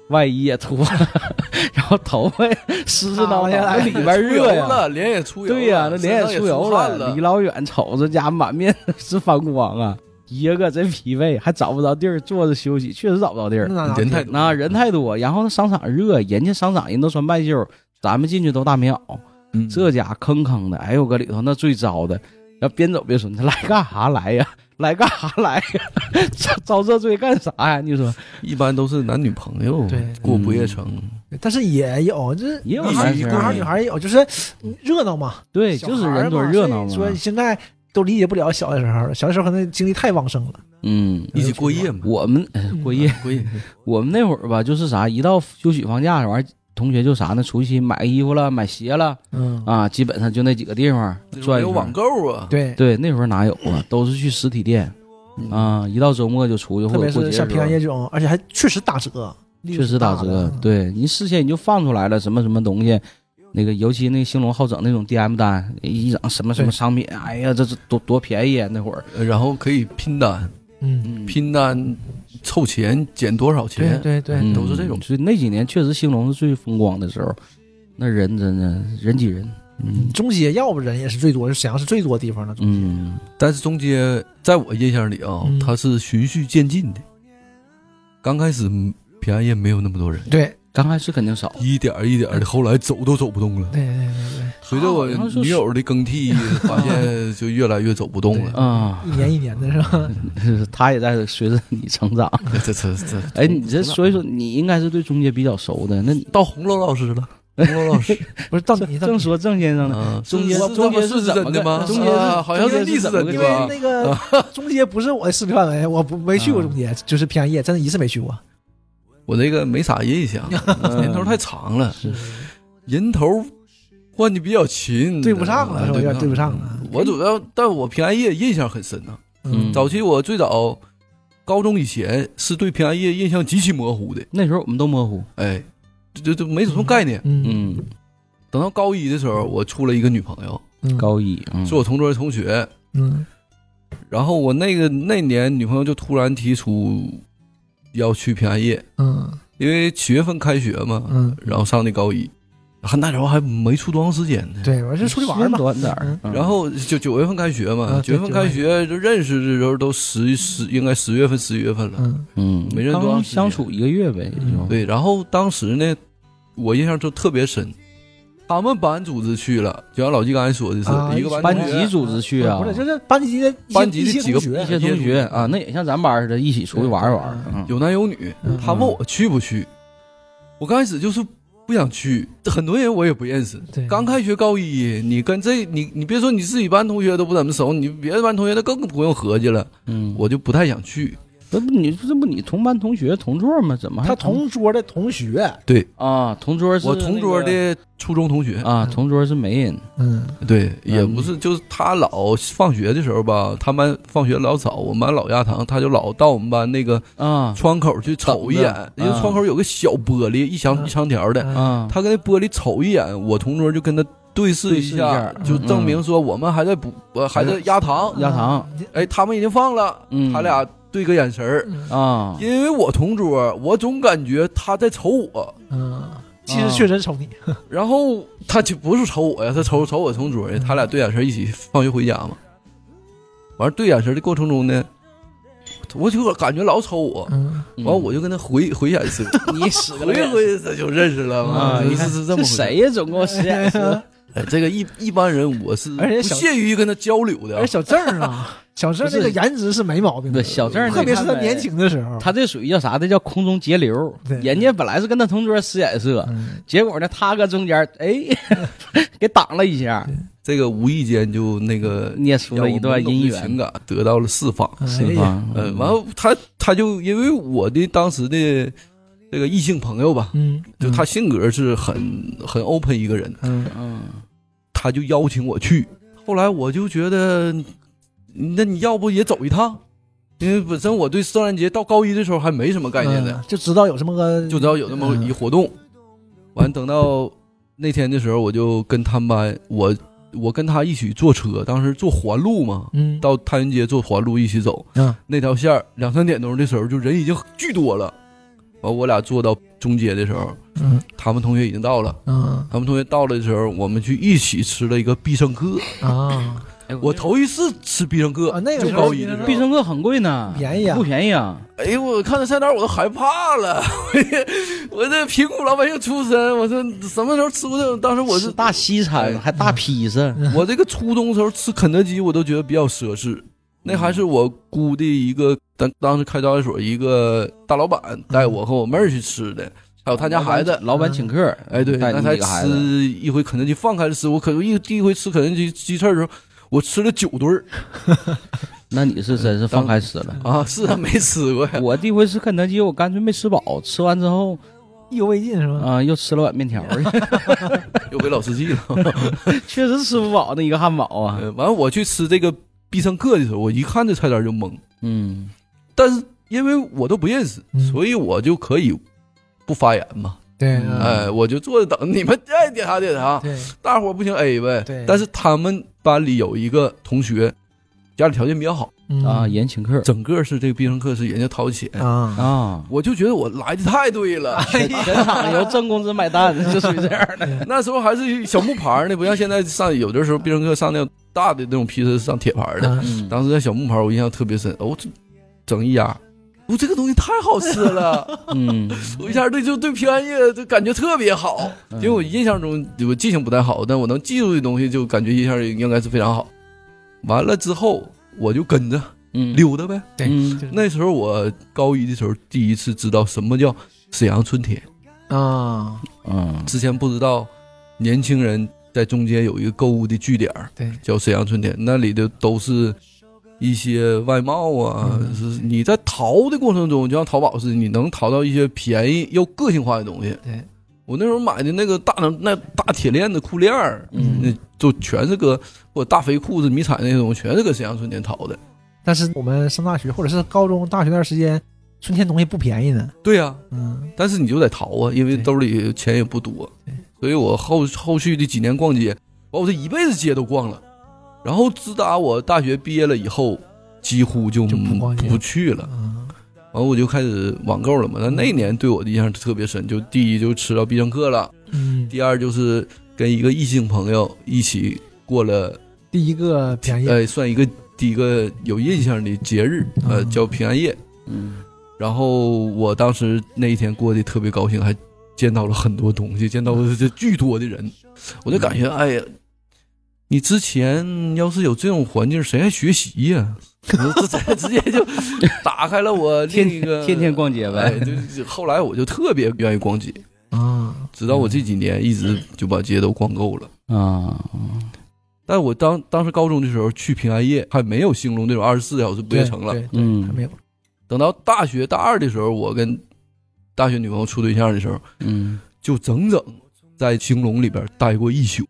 B: 外衣也脱了， 然后头发也湿湿
D: 塌
B: 当
D: 了下来
B: 当， 里边
C: 出
B: 热
C: 油
B: 呀，
C: 了，脸也出油了，
B: 对呀、那脸
C: 身上
B: 也
C: 也
B: 出油
C: 汗了，
B: 离老远瞅着家满面是反光啊，一个个真疲惫，还找不着地儿坐着休息，确实找不着地儿
D: 那。哪
C: 嗯人太多
B: 那人太多，然后那商场热，人家商场人都穿半袖，咱们进去都大棉袄，
C: 嗯
B: 这家坑坑的，哎呦搁里头那最糟的。然后边走边说：“你来干啥来呀？来干啥来呀？遭遭这罪干啥呀？”你说
C: 一般都是男女朋友
D: 对
C: 过不夜城，
B: 嗯
D: 但是也有，就是
B: 也有
D: 男孩
C: 男生
D: 男孩女孩也有，就是热闹嘛，
B: 对，
D: 小
B: 就是
D: 孩儿
B: 人多
D: 嘛
B: 热闹
D: 所以
B: 嘛
D: 说。现在都理解不了小的时候了，小的时候可能精力太旺盛了。嗯
B: 嗯，
C: 一起过夜嘛，
B: 我们哎过夜，
C: 过夜。
B: 我们那会儿吧，就是啥，一到休息放假完，同学就啥呢？出去买衣服了，买鞋了
D: 嗯，
B: 啊，基本上就那几个地方
C: 那时候
B: 转
C: 没
B: 一
C: 有
B: 圈
C: 网购啊，
D: 对，
B: 对，那会儿哪有啊？都是去实体店
C: 嗯，
B: 啊，一到周末就出去，
D: 特
B: 或
D: 别
B: 者过
D: 是
B: 节
D: 像
B: 的时
D: 平安夜
B: 候，
D: 这种，而且还确实打折，力度
B: 确实打
D: 大的嗯
B: 折。，对你事先你就放出来了什么什么东西，那个尤其那个兴隆好整那种 DM 单，一整什么什么
D: 对
B: 商品，哎呀，这这多多便宜啊！那会儿，
C: 呃然后可以拼单，
D: 嗯，
B: 嗯，
C: 拼单凑钱减多少
D: 对
C: 钱，
D: 对对，
B: 嗯
C: 都是这种
B: 所以那几年确实兴隆是最风光的时候，那人真的人挤人，嗯
D: 中街要不人也是最多，就沈阳是最多地方的中街。
B: 嗯。
C: 但是中间在我印象里啊
D: 嗯，
C: 它是循序渐进的。刚开始嗯平安夜没有那么多人，
D: 对
B: 刚开始肯定少，
C: 一点儿一点儿的，后来走都走不动了。
D: 对对对对，
C: 随着我
B: 好像是
C: 女友的更替，发 现就越来越走不动了。
B: 啊，
D: 一年一年的是 吧？
B: 他也在随着你成长。
C: 这这这，
B: 哎，你这所以说你应该是对中介比较熟的。那你
C: 到红楼老师了，红楼老师
D: 不是到你到
B: 正
D: 你
B: 说郑先生呢，
C: 啊，
B: 嗯中间
C: 是
B: 中间
C: 是
B: 是
C: 真
B: 怎么
C: 的
B: 个
C: 吗？
B: 中
D: 间是
C: 啊好像是历史真
B: 中
C: 的
D: 因
B: 间
D: 为
B: 是怎么
C: 吧？
D: 那个中街不是我的势力范围，我不没
C: 啊
D: 去过中街，就是平安夜，真的一次没去过。
C: 我这个没啥印象，
B: 嗯
C: 年头太长了，人头换的比较勤，
D: 对不上了
C: 啊
D: 是吧有点
C: 对
D: 对不上了
C: 我主要，但我平安夜印象很深呐、
B: 嗯
C: 早期我最早高中以前是对平安夜印象极其模糊的，
B: 那时候我们都模糊。
C: 哎，这这这没什么概念。
D: 嗯
B: 嗯，
C: 等到高一的时候，我处了一个女朋友，
D: 嗯，
B: 高一，嗯
C: 是我同桌的同学。
D: 嗯
C: 然后我那个那年女朋友就突然提出要去平安夜，
D: 嗯
C: 因为七月份开学嘛，
D: 嗯，
C: 然后上的高一，还那时候还没处多长时间呢。
D: 对，我就出去玩
B: 时
D: 儿
B: 间
D: 嘛。
B: 短点儿
D: 嗯。
B: 嗯
C: 然后就九月份开学嘛，
D: 啊
C: 九月份
D: 对
C: 开学就认识的时候都十十应该十月份十一月份了，
D: 嗯
B: 嗯，
C: 没认多
B: 刚
C: 长时间
B: 相处一个月呗，也就
C: 对，然后当时呢，我印象就特别深，他们班组织去了，就像老纪刚才说的是，
D: 啊
C: 一个
D: 一
C: 班
D: 起
B: 班
C: 级
B: 级组织去啊
D: 不是，就是班级的一些
C: 班级的
D: 一些
C: 几个
D: 同
B: 一
D: 学
B: 些同学啊，那也像咱班似的，一起出去玩一玩。嗯
C: 有男有女，
D: 嗯
C: 他问我去不去，我刚开始就是不想去，这很多人我也不认识。
D: 对
C: 刚开学高一，你跟这你你别说你自己班同学都不怎么熟，你别的班同学那更不用合计了，
B: 嗯，
C: 我就不太想去。
B: 这不你这不你同班同学同桌吗？怎么还
D: 他同桌的同学，
C: 对
B: 啊同桌是
C: 我同桌
B: 那个
C: 的初中同学，
B: 啊同桌是媒人，
D: 嗯
C: 对，也
B: 嗯
C: 不是，就是他老放学的时候吧，他们放学老早，我们班老压堂，他就老到我们班那个
B: 啊
C: 窗口去瞅一眼
B: 等，着
C: 因为窗口有个小玻璃，一长
D: 嗯
C: 一长条的，
D: 嗯
B: 啊，
C: 他跟那玻璃瞅一眼，我同桌就跟他对视
B: 对
C: 一下，
B: 视一
C: 就
B: 下
C: 证明说我们还在补，呃还在压堂，
B: 压堂
C: 哎，他们已经放了，
B: 嗯
C: 他俩对个眼神儿，
B: 啊，
C: 因为我同桌，我总感觉他在瞅我，啊
D: 嗯，其实确实瞅你，
C: 然后他就不是瞅我呀，他瞅瞅我同桌呀，他俩对眼神一起放学回家嘛。完了对眼神的过程中呢，我就感觉老瞅我，
D: 嗯，
B: 嗯
C: 完我就跟他回回眼神，
B: 你使个
C: 回
B: 脸
C: 回他就认识了嘛，
B: 啊！
C: 就
B: 你看
C: 是是这么回事
B: 谁？呀？总给我使眼色，
C: 哎这个一一般人我是
D: 而且
C: 不
D: 小
C: 屑于跟他交流的
D: 而，小郑儿啊，小郑儿那
B: 不
D: 个
B: 是
D: 颜值是没毛病
B: 不
D: 的，
B: 小郑儿
D: 特别是
B: 你看呗
D: 他年轻的时候，
B: 他这属于叫啥？这叫空中截流
D: 对。
B: 人家本来是跟他同桌使眼色，
D: 嗯
B: 结果呢，他搁中间，哎， 给挡了一下，
C: 这个无意间就那个
B: 捏出嗯了一段
C: 让我
B: 姻
C: 浓浓的情
B: 缘。嗯
C: 感得到了释放。
D: 哎
B: 是
D: 呀，
B: 吧？
C: 呃，完后他他就因为我的当时的这个异性朋友吧，
D: 嗯，
C: 就他性格是很很 open 一个人，
D: 嗯，
B: 嗯，
C: 他就邀请我去。后来我就觉得，那你要不也走一趟？因为本身我对圣诞节到高一的时候还没什么概念的，
D: 嗯就知道有这么个，嗯
C: 就知道有那么一活动。完，等到那天的时候，我就跟他们班，我我跟他一起坐车，当时坐环路嘛，
D: 嗯，
C: 到太原街坐环路一起走。
D: 嗯
C: 那条线儿两三点钟的时候，就人已经巨多了。完，我俩坐到中街的时候，
D: 嗯
C: 他们同学已经到了。
D: 嗯
C: 他们同学到了的时候，我们去一起吃了一个必胜客。
D: 啊，
B: 哎
C: 我头一次吃必胜客
D: 啊，那个
C: 就
D: 时候
C: 高一的时候
B: 必胜客很贵呢，
D: 便宜啊
B: 不便宜啊？
C: 哎呦，我看那菜单我都害怕了， 我这贫苦老百姓出身，我说什么时候吃过这种？当时我
B: 吃
C: 是嗯
B: 大西餐，还大披萨，
C: 我这个初中时候吃肯德基，我都觉得比较奢侈。那还是我姑的一个当当时开招待所一个大老板带我和我妹儿去吃的，还有他家孩子。
B: 老板请客，嗯
C: 哎，对，
B: 带
C: 哦那
B: 你
C: 才
B: 几个孩
C: 吃
B: 子，
C: 一回肯德基，放开了吃。我可一第一回吃肯德基鸡翅的时候，我吃了九对儿
B: 那你是真是放开吃了。
C: 啊，是啊，没吃过呀。
B: 我第一回吃肯德基，我干脆没吃饱，吃完之后，
D: 意犹未尽是
C: 嗯
D: 吧？
B: 啊、又吃了碗面条儿，
C: 又回老司机了。
B: 确实吃不饱那一个汉堡啊。
C: 呃完了，我去吃这个必胜客的时候，我一看这菜单就懵，
B: 嗯，
C: 但是因为我都不认识，
D: 嗯
C: 所以我就可以不发言嘛。
D: 对，
B: 嗯
D: 啊
C: 哎，我就坐着等你们爱点啥点啥，
D: 对，
C: 大伙儿不行 A 呗。
D: 对
C: 但是他们班里有一个同学，家里条件比较好，
D: 嗯
B: 啊，人请客
C: 整个是这个必胜客是人家掏钱，
D: 啊，
B: 啊，
C: 我就觉得我来的太对了。
B: 全场由挣工资买单，就属于这样的。
C: 那时候还是小木盘儿呢，不像现在上有的时候必胜客上那种大的那种披萨是上铁盘儿的。
D: 嗯
B: 嗯，
C: 当时在小木盘，我印象特别深。哦，这整一家，我、这个东西太好吃 了，
B: 嗯，
C: 我一下对就对平安夜就感觉特别好。因为我
D: 嗯
C: 印象中我记性不太好，但我能记住的东西就感觉印象应该是非常好。完了之后我就跟着
B: 嗯
C: 溜达呗。
D: 对
B: 嗯
D: 就是
C: 那时候我高一的时候第一次知道什么叫沈阳春天，
D: 啊，
B: 嗯
C: 之前不知道年轻人在中间有一个购物的据点儿
D: 对，
C: 叫沈阳春天，那里的都是一些外贸啊，
D: 嗯
C: 是你在淘的过程中，就像淘宝似的，你能淘到一些便宜又个性化的东西。
D: 对，
C: 我那时候买的那个大能那大铁链子、裤链儿，
B: 嗯
C: 那就全是搁或者大肥裤子、迷彩那种，全是搁沈阳春天淘的。
D: 但是我们上大学或者是高中、大学那段时间，春天东西不便宜呢。
C: 对呀、
D: 嗯，
C: 但是你就得淘啊，因为
D: 对
C: 兜里钱也不多，所以我后后续的几年逛街，把我这一辈子街都逛了。然后自打我大学毕业了以后，几乎就
D: 就不逛街了
C: 不去了。
D: 嗯
C: 完，我就开始网购了嘛。那那年对我的印象特别深，就第一就吃到必胜客了，
D: 嗯，
C: 第二就是跟一个异性朋友一起过了，
D: 第一个便宜，
C: 呃，算一个第一个有印象的节日，呃，
D: 嗯
C: 叫平安夜。
B: 嗯
C: 然后我当时那一天过得特别高兴，还见到了很多东西，见到了这巨多的人，我就感觉，哎呀，你之前要是有这种环境，谁还学习呀、这这直接就打开了我
B: 天
C: 另一 个
B: 天天逛街呗
C: 哎就是后来我就特别愿意逛街，
D: 啊，
C: 直到我这几年一直就把街都逛够了。
B: 啊，
C: 但我当当时高中的时候去平安夜还没有兴隆这种二十四小时不夜城了，
D: 对，对
B: 嗯
D: 还没有，
C: 等到大学大二的时候，我跟大学女朋友处对象的时候，
B: 嗯，
C: 就整整在兴隆里边待过一宿。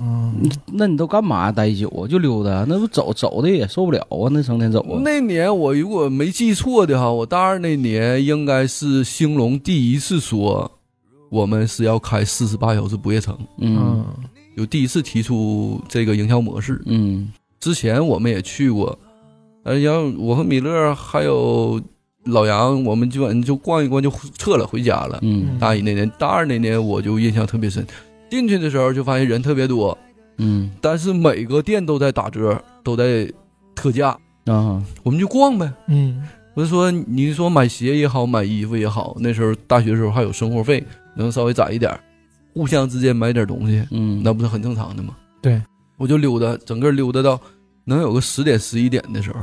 D: 嗯，
B: 那你都干嘛待一宿啊？就溜达，那不走走的也受不了啊，那成天走啊。
C: 那年我如果没记错的哈，我大二那年应该是兴隆第一次说我们是要开四十八小时不夜城，
B: 嗯
D: 嗯
C: 有第一次提出这个营销模式。
B: 嗯
C: 之前我们也去过，呃，然后我和米勒还有老杨，我们基本就逛一逛就撤了，回家了。
B: 嗯
C: 大一那年，大二那年我就印象特别深，进去的时候就发现人特别多，
B: 嗯
C: 但是每个店都在打折，都在特价，
B: 啊，
C: 我们就逛呗。
D: 嗯，
C: 我就说，你说买鞋也好，买衣服也好，那时候大学的时候还有生活费，能稍微攒一点儿，互相之间买点东西，
B: 嗯，
C: 那不是很正常的吗？
D: 对，
C: 我就溜达，整个溜达到能有个十点十一点的时候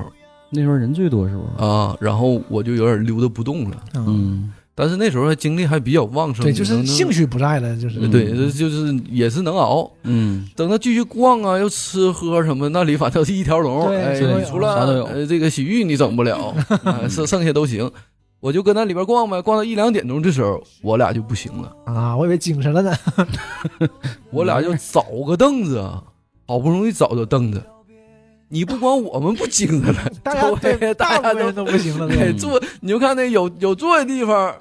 B: 那时候人最多是不是？
C: 啊，然后我就有点溜达不动了。
D: 嗯，
B: 嗯
C: 但是那时候还精力还比较旺盛，
D: 对，就
C: 能
D: 是兴，趣不在了，就是
C: 能对，就是也是能熬。
B: 嗯
C: 等他继续逛啊，又吃喝什么，那里反正是一条龙，
D: 对
C: 哎
D: 什么都有
C: 除
B: 啥都
C: 了
B: 有
C: 呃这个洗浴你整不了， 哎剩、剩下都行。我就跟那里边逛呗，逛到一两点钟的时候，我俩就不行了，
D: 啊，我以为精神了 呢，
C: 我俩就找个凳子啊，好不容易找着凳子。你不光我们不精神 了，
D: 大家
C: 周围
D: 对
C: 大家
D: 大部分人
C: 都
D: 都不行了，
C: 哎
D: 对，
C: 坐，你就看那有有坐的地方，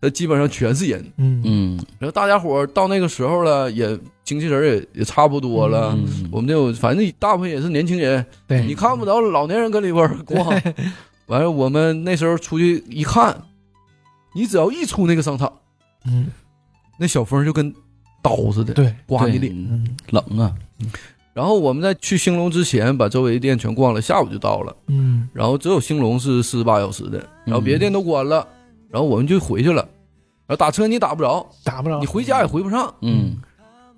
C: 呃，基本上全是人。
D: 嗯
B: 嗯
C: 然后大家伙儿到那个时候了，也精气神儿也也差不多了。
B: 嗯，
C: 我们这种反正大部分也是年轻人，
D: 对，
C: 你看不着老年人跟里边儿逛。完了，我们那时候出去一看，你只要一出那个商场，
D: 嗯，
C: 那小风就跟刀似的
D: 对，
C: 刮你脸。
B: 脸
D: 嗯
B: 冷啊，
C: 然后我们在去兴隆之前，把周围的店全逛了，下午就到了。
D: 嗯
C: 然后只有兴隆是四十八小时的，然后别的店都关了，然后我们就回去了。然后打车你打不着，
D: 打不着
C: 你回家也回不上。
B: 嗯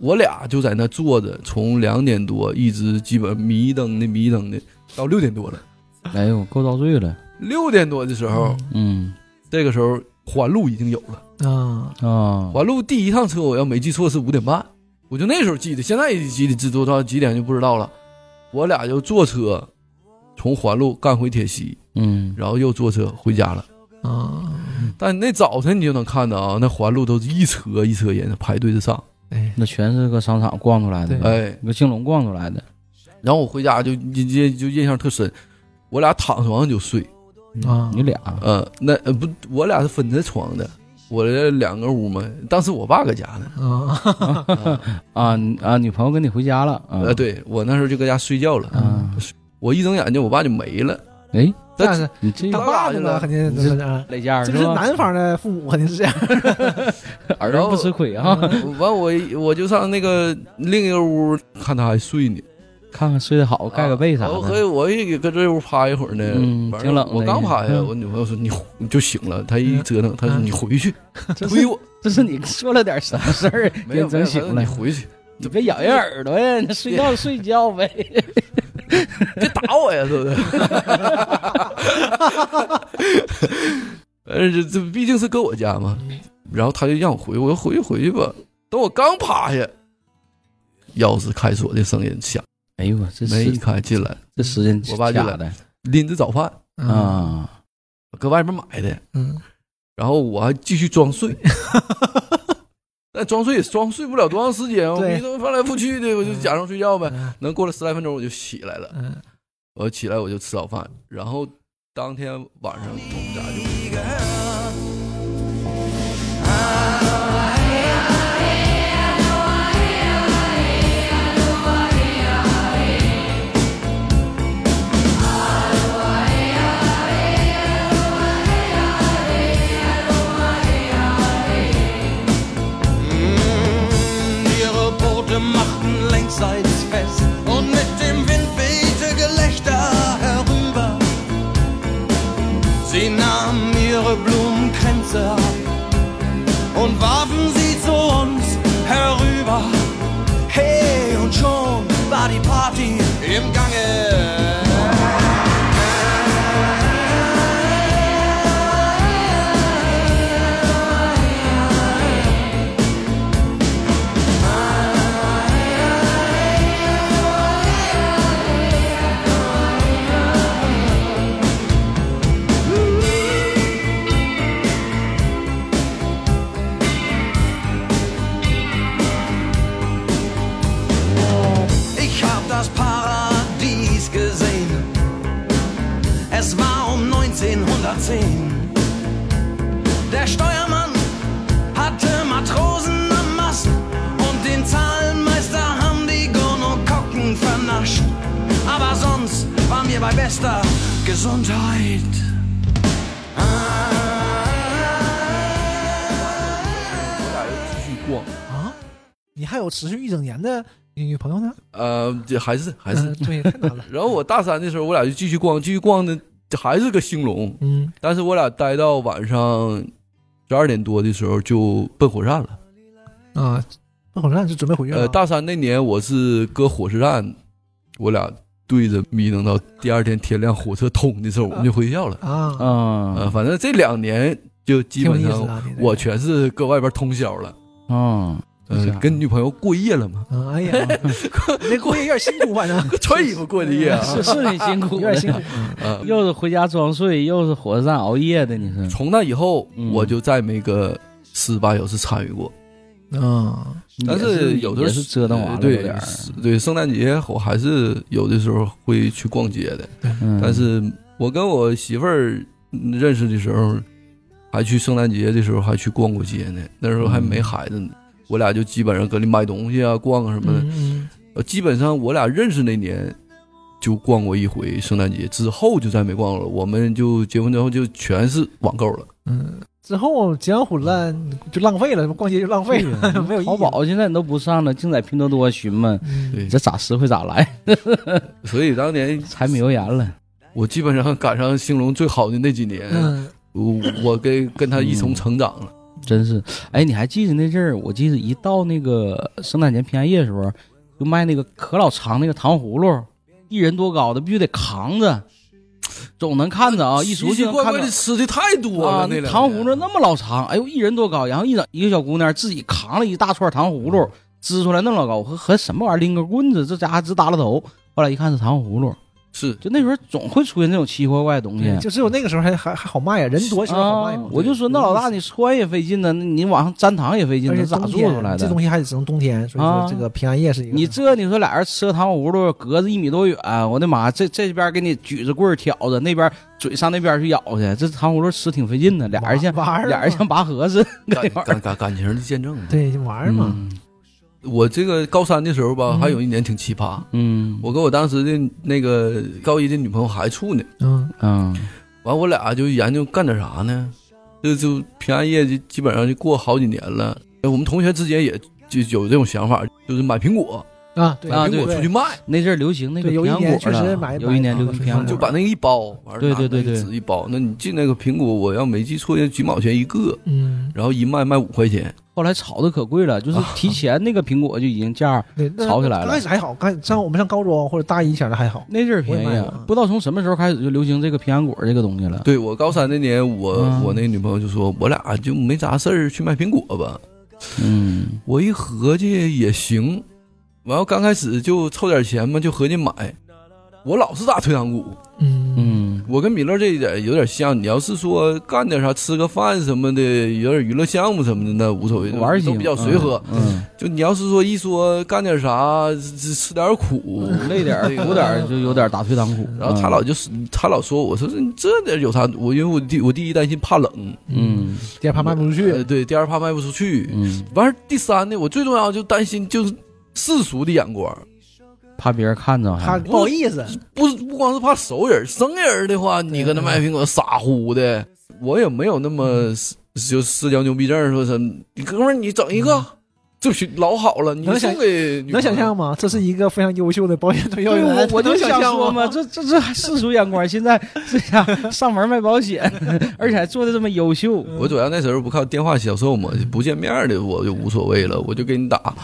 C: 我俩就在那坐着，从两点多一直基本迷瞪的迷瞪的，到六点多了。
B: 哎呦，够遭罪了。
C: 六点多的时候，
B: 嗯
C: 这个时候环路已经有了。
D: 啊，
B: 啊，
C: 环路第一趟车，我要没记错是五点半，我就那时候记的，现在记得记多少几点就不知道了。我俩就坐车从环路干回铁西，
B: 嗯
C: 然后又坐车回家了。
D: 啊，
C: 但那早晨你就能看到啊，那环路都是一车一车人排队着上。
D: 哎，
B: 那全是个商场逛出来的，呃
D: 对
C: 哎，
B: 个兴隆逛出来的。
C: 然后我回家就印印就印象特深，我俩躺床上就睡。
D: 啊
B: 你俩
C: 呃，那呃不，我俩是分着床的，我这两个屋嘛。当时我爸搁家呢，
D: 啊，
B: 啊你啊，女朋友跟你回家了啊
C: 呃，，对嗯我那时候就搁家睡觉了。
B: 啊，
C: 我一睁眼睛，我爸就没了。
B: 哎，
D: 但是
B: 你这
D: 当
C: 大
D: 爸的嘛，肯定是这样，
B: 累家
D: 这
B: 是
D: 个是
C: 啊
B: 吧？
D: 南方的父母肯定 是这样，
B: 儿子不吃亏啊，
C: 嗯完我我就上那个另一个屋看他还睡呢，
B: 看看睡得好，盖个被啥
C: 啊我
B: 的。
C: 和我也搁这屋趴一会儿呢，
B: 嗯
C: 完了
B: 挺冷的
C: 我刚趴下，
B: 嗯
C: 我女朋友说你回你就醒了，她一折腾，她说
D: 嗯
C: 你回去
B: 这
C: 推
B: 是
C: 我，
B: 这是你说了点啥事儿，
C: 没
B: 给
C: 有
B: 你整醒
C: 没有
B: 了
C: 她说你。回去，
B: 你别咬人 耳朵呀，你睡觉睡觉呗。
C: 别打我呀，是不是？ 呃，这这毕竟是搁我家嘛，然后她就让我回，我说回去回去吧。等我刚趴下，钥匙开锁的声音响，
B: 哎呦我这
C: 门一
B: 时
C: 开进来，
B: 这时间
C: 我爸就
B: 卡
C: 来
B: 的
C: 拎着早饭，嗯
B: 啊，
C: 搁外面买的，
D: 嗯，
C: 然后我还继续装 睡，但装睡也装睡不了多长时间，我
D: 对
C: 一都翻来覆去的，我就假装睡觉呗。
D: 嗯
C: 能过了十来分钟，我就起来了。
D: 嗯，
C: 我起来我就吃早饭，然后当天晚上我们家就
E: Mm, Ihre Boote machten längsseits fest und mit dem Wind wehte Gelächter herüber. Sie nahmen ihre Blumenkränze ab und warfen sie zu uns herüber. Hey, und schon war die Party im Gange. Ich hab das Paradies gesehen. Es war um 1910. Der Steuermann hatte Matrosen am Mast und den Zahlenmeister haben die Gonokokken vernascht. Aber sonst waren wir bei bester Gesundheit. Ah.
C: 我俩就继续逛。
D: 啊你还有持续一整年的女朋友呢？
C: 呃，这还是还是
D: 嗯。对，太难了，
C: 然后我大三的时候，我俩就继续逛，继续逛的还是个兴隆，
D: 嗯
C: 但是我俩待到晚上十二点多的时候就奔火车站了。
D: 啊，那火车站就准备回
B: 啊
D: 去了，
C: 呃，大三那年我是搁火车站，我俩对着迷瞪到第二天天亮火车通的时候，我们就回校了。
D: 啊，
C: 呃，
B: 啊
C: 反正这两年就基
D: 挺有
C: 本
D: 意思
C: 上
D: 的，啊你这个
C: 我全是搁外边通宵了，
B: 啊，
C: 呃
B: 这家伙，
C: 跟女朋友过夜了嘛，
D: 嗯，哎呀， 那过夜有点辛苦，反正
C: 穿衣服过的夜啊，
B: 是是挺嗯辛 苦
D: 有
B: 的
D: 点，辛苦。
C: 呃，
B: 又是回家装睡，又是火车站熬夜的，你是
C: 从那以后
B: 嗯
C: 我就再没搁四十八小时参与过，
D: 嗯，
C: 但
B: 也是
C: 有的
B: 也
C: 时
B: 是
C: 候
B: 折腾完
C: 呃
B: 了有
C: 对
B: 点儿，
C: 对，圣诞节我还是有的时候会去逛街的，
B: 嗯
C: 但是我跟我媳妇儿嗯认识的时候，还去圣诞节的时候还去逛过街呢。那时候还
B: 嗯
C: 没孩子呢，我俩就基本上搁里买东西啊，逛啊什么的。
D: 嗯
C: 呃基本上我俩认识那年就逛过一回圣诞节，之后就再没逛了。我们就结婚之后就全是网购了。
D: 嗯，之后江湖烂就浪费了，逛街就浪费了， 没有意义。
B: 淘宝现在你都不上了，净在拼多多寻嘛，
D: 嗯，
C: 对
B: 你这咋实惠咋来，
C: 所以当年
B: 柴米油盐了。
C: 我基本上赶上兴隆最好的那几年，
D: 嗯，
C: 我我跟跟他一
B: 嗯
C: 同成长了。
B: 真是，哎，你还记得那阵儿？我记得一到那个圣诞节、平安夜的时候，就卖那个可老长那个糖葫芦，一人多高的，必须得扛着，总能看着啊，一
C: 奇
B: 熟悉
C: 奇
B: 能
C: 怪
B: 看
C: 怪
B: 着
C: 的。吃的太多了，
B: 啊，
C: 那
B: 那
C: 两
B: 糖
C: 年
B: 葫芦那么老长，哎呦，一人多高，然后一整一个小姑娘自己扛了一大串糖葫芦，支出来那么老高，和和什么玩意儿拎个棍子，这家伙直耷拉头。后来一看是糖葫芦，
C: 是
B: 就那时候总会出现这种奇奇怪怪的东西。
D: 就只有那个时候还还还好卖呀，人多时候好卖
B: 啊
D: 嘛。，
B: 嗯我就说那老大，你穿也费劲呢，那你往上粘糖也费劲，
D: 而
B: 这
D: 且
B: 咋
D: 冬
B: 做出
D: 天
B: 来
D: 这
B: 的
D: 东？西还得只能冬天，所以
B: 啊
D: 说这个平安夜是一个。
B: 你这你说俩人吃个糖葫芦，隔着一米多远，我的妈！这这边给你举着棍儿挑着，那边嘴上那边去咬去，这糖葫芦吃挺费劲的，俩人像
D: 玩玩儿
B: 俩人
D: 嘛
B: 像拔河似的。
C: 感
B: 那玩意儿
C: 感感感情的见证嘛。
D: 对就玩儿嘛，
B: 嗯
C: 我这个高三的时候吧，
D: 嗯
C: 还有一年挺奇葩，
B: 嗯，
C: 我跟我当时的那个高一的女朋友还处呢。
D: 嗯，
B: 嗯
C: 完，我俩就研究干点啥呢？这就平安夜就基本上就过好几年了。哎我们同学之间也就有这种想法，就是买苹果，
D: 啊，对
C: 买
B: 啊
C: 苹果
D: 对
C: 出去卖，
B: 那阵儿流行那个
D: 对有
B: 平
D: 一
B: 安
D: 年
B: 果
D: 确实
B: 了，
D: 买
B: 有一年
D: 买
B: 流行平安果，
C: 就把那个一包，完了
B: 嗯对
C: 拿
B: 对对
C: 那个
B: 对
C: 纸一包。那你进那个苹果，我要没记错，要几毛钱一个，
D: 嗯，
C: 然后一卖卖五块钱。
B: 后来炒的可贵了，就是
D: 啊
B: 提前那个苹果就已经价儿，
D: 对，那
B: 吵起来了
D: 刚开始还好，刚上我们上高中或者大一前的还好，
B: 那阵儿便
D: 我也
B: 宜
D: 买了
B: 啊，不知道从什么时候开始就流行这个平安果这个东西了。
C: 对我高三那年，我、
B: 嗯
C: 我那女朋友就说，我俩就没啥事儿去卖苹果吧。
B: 嗯
C: 我一合计也行，完后刚开始就凑点钱嘛，就合计买。我老是打退堂鼓，
D: 嗯
B: 嗯
C: 我跟米勒这一点有点像。你要是说干点啥，吃个饭什么的，有点娱乐项目什么的，那无所谓，
B: 玩儿
C: 都
B: 行，
C: 比较随和。
B: 嗯，
C: 就你要是说一说干点啥，吃吃点苦，
B: 嗯累点儿
C: 这个
B: 苦点儿就有点打退堂鼓。嗯
C: 然后他老就是他老说我说这你这点有啥？我因为我第我第一担心怕冷，
B: 嗯
D: 第二怕卖不出
C: 呃
D: 去，
C: 对，第二怕卖不出去，
B: 嗯，
C: 完事儿第三呢，我最重要就担心就是世俗的眼光，
B: 怕别人看着
D: 他
B: 还
D: 不好意思，
C: 不是不光是怕熟人，生人的话，你搁那卖苹果傻乎的，我也没有那么就私交牛逼症，说什么你哥们儿你整一个，这是老好了，你
D: 能想
C: 送给女
D: 能想
C: 朋友
D: 象吗？这是一个非常优秀的保险推销
B: 对，
D: 员，
B: 我我
D: 他
B: 就
D: 能
B: 想
D: 想象
B: 说
D: 吗
B: 嘛，这这这还世俗眼光，现在这家上门卖保险， 而且还做的这么优秀，
D: 嗯
C: 我主要那时候不靠电话销售嘛，不见面的我就无所谓了，我就给你打，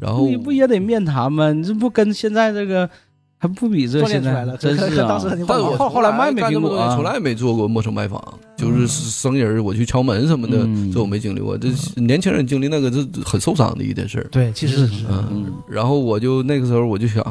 C: 然后
B: 你不也得面谈吗？你这不跟现在这个还不比这
D: 锻
B: 现
D: 炼出来
B: 在
D: 了，
B: 真
D: 可
B: 是
D: 可
B: 啊
D: 当时！肯定
C: 但
D: 不好
C: 我
B: 后后来卖没
C: 干这
B: 苹
C: 么
B: 果
C: 多年，
B: 啊
C: 从来没做过陌生拜访，就是生人我去敲门什么的，
B: 嗯
C: 这我没经历过。这年轻人经历那个，这很受伤的一件事儿。
D: 对，其实 是
C: 嗯，
B: 嗯
C: 然后我就那个时候我就想，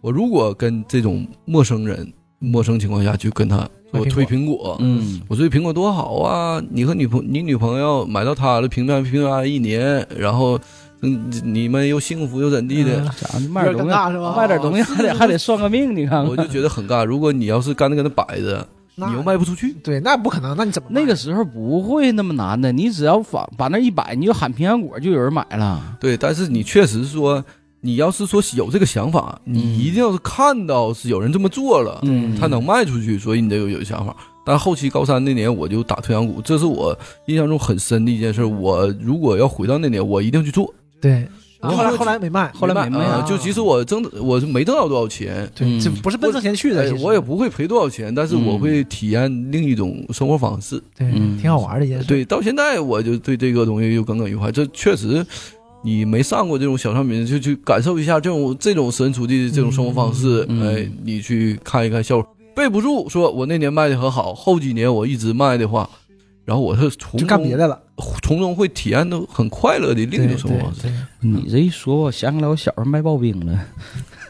C: 我如果跟这种陌生人、陌生情况下去跟他
D: 买
C: 我
D: 苹果
C: 推苹果，
B: 嗯
C: 我说苹果多好啊！你和女朋你女朋友买到它了，平安平安一年，然后嗯，你们又幸福又怎地的？
D: 嗯
B: 咋的卖
D: 有
B: 点
D: 点尴
B: 东西，
D: 尬是吧？哦
B: 卖点东西还得还得算个命，你看
C: 我
B: 看。
C: 就觉得很尬。如果你要是干的跟他摆着，
D: 那
C: 你又卖不出去。
D: 对，那不可能，那你怎么卖
B: 那个时候不会那么难的，你只要往把那一摆，你就喊平安果，就有人买了。
C: 对，但是你确实说，你要是说有这个想法，你
B: 嗯
C: 一定要是看到是有人这么做了，
B: 嗯，
C: 他能卖出去，所以你得有有想法。但后期高三那年，我就打退堂鼓，这是我印象中很深的一件事。我如果要回到那年，我一定去做。
D: 对，
C: 我
D: 后来
C: 就
D: 后来没卖，
B: 后来没卖
C: 啊
D: 啊
C: 就即使我挣，我是没挣到多少钱，
D: 对，
B: 嗯
D: 这不是奔挣钱去的，
C: 哎
D: 其实
C: 我也不会赔多少钱，但是我会体验另一种生活方式。
D: 对，
B: 嗯
D: 挺好玩的一件事。
C: 对，到现在我就对这个东西又耿耿于怀。这确实，你没上过这种小商品，就去感受一下这种这种神厨的这种生活方式，
B: 嗯嗯
C: 哎，你去看一看效果。备不住，说我那年卖的很好，后几年我一直卖的话，然后我是从
D: 就干别
C: 中
D: 的了，
C: 从中会体验到很快乐的另一种生活方式。
D: 对对
B: 你这一说，我想起来我小时候卖刨冰了。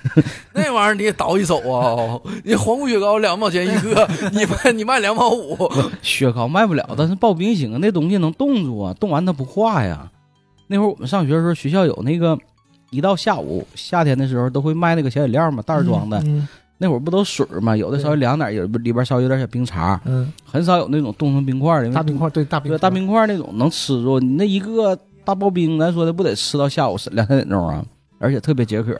C: 那玩意儿你也倒一手啊！你皇宫雪糕两毛钱一 个，你卖你卖两毛五，
B: 雪糕卖不
D: 嗯
B: 了，但是刨冰行啊，那东西能冻住啊，冻完它不化呀。那会儿我们上学的时候，学校有那个，一到下午夏天的时候都会卖那个小饮料嘛，袋儿装的。
D: 嗯
B: 那会儿不都水儿嘛，有的
D: 对
B: 稍微凉点儿，有的里边稍微有点小冰碴，
D: 嗯，
B: 很少有那种冻成冰块儿的。因
D: 嗯
B: 为
D: 大冰块，对大冰
B: 对，
D: 块
B: 大冰块那种能吃住，你那一个大刨冰，咱说的不得吃到下午三两三点钟啊，而且特别解渴。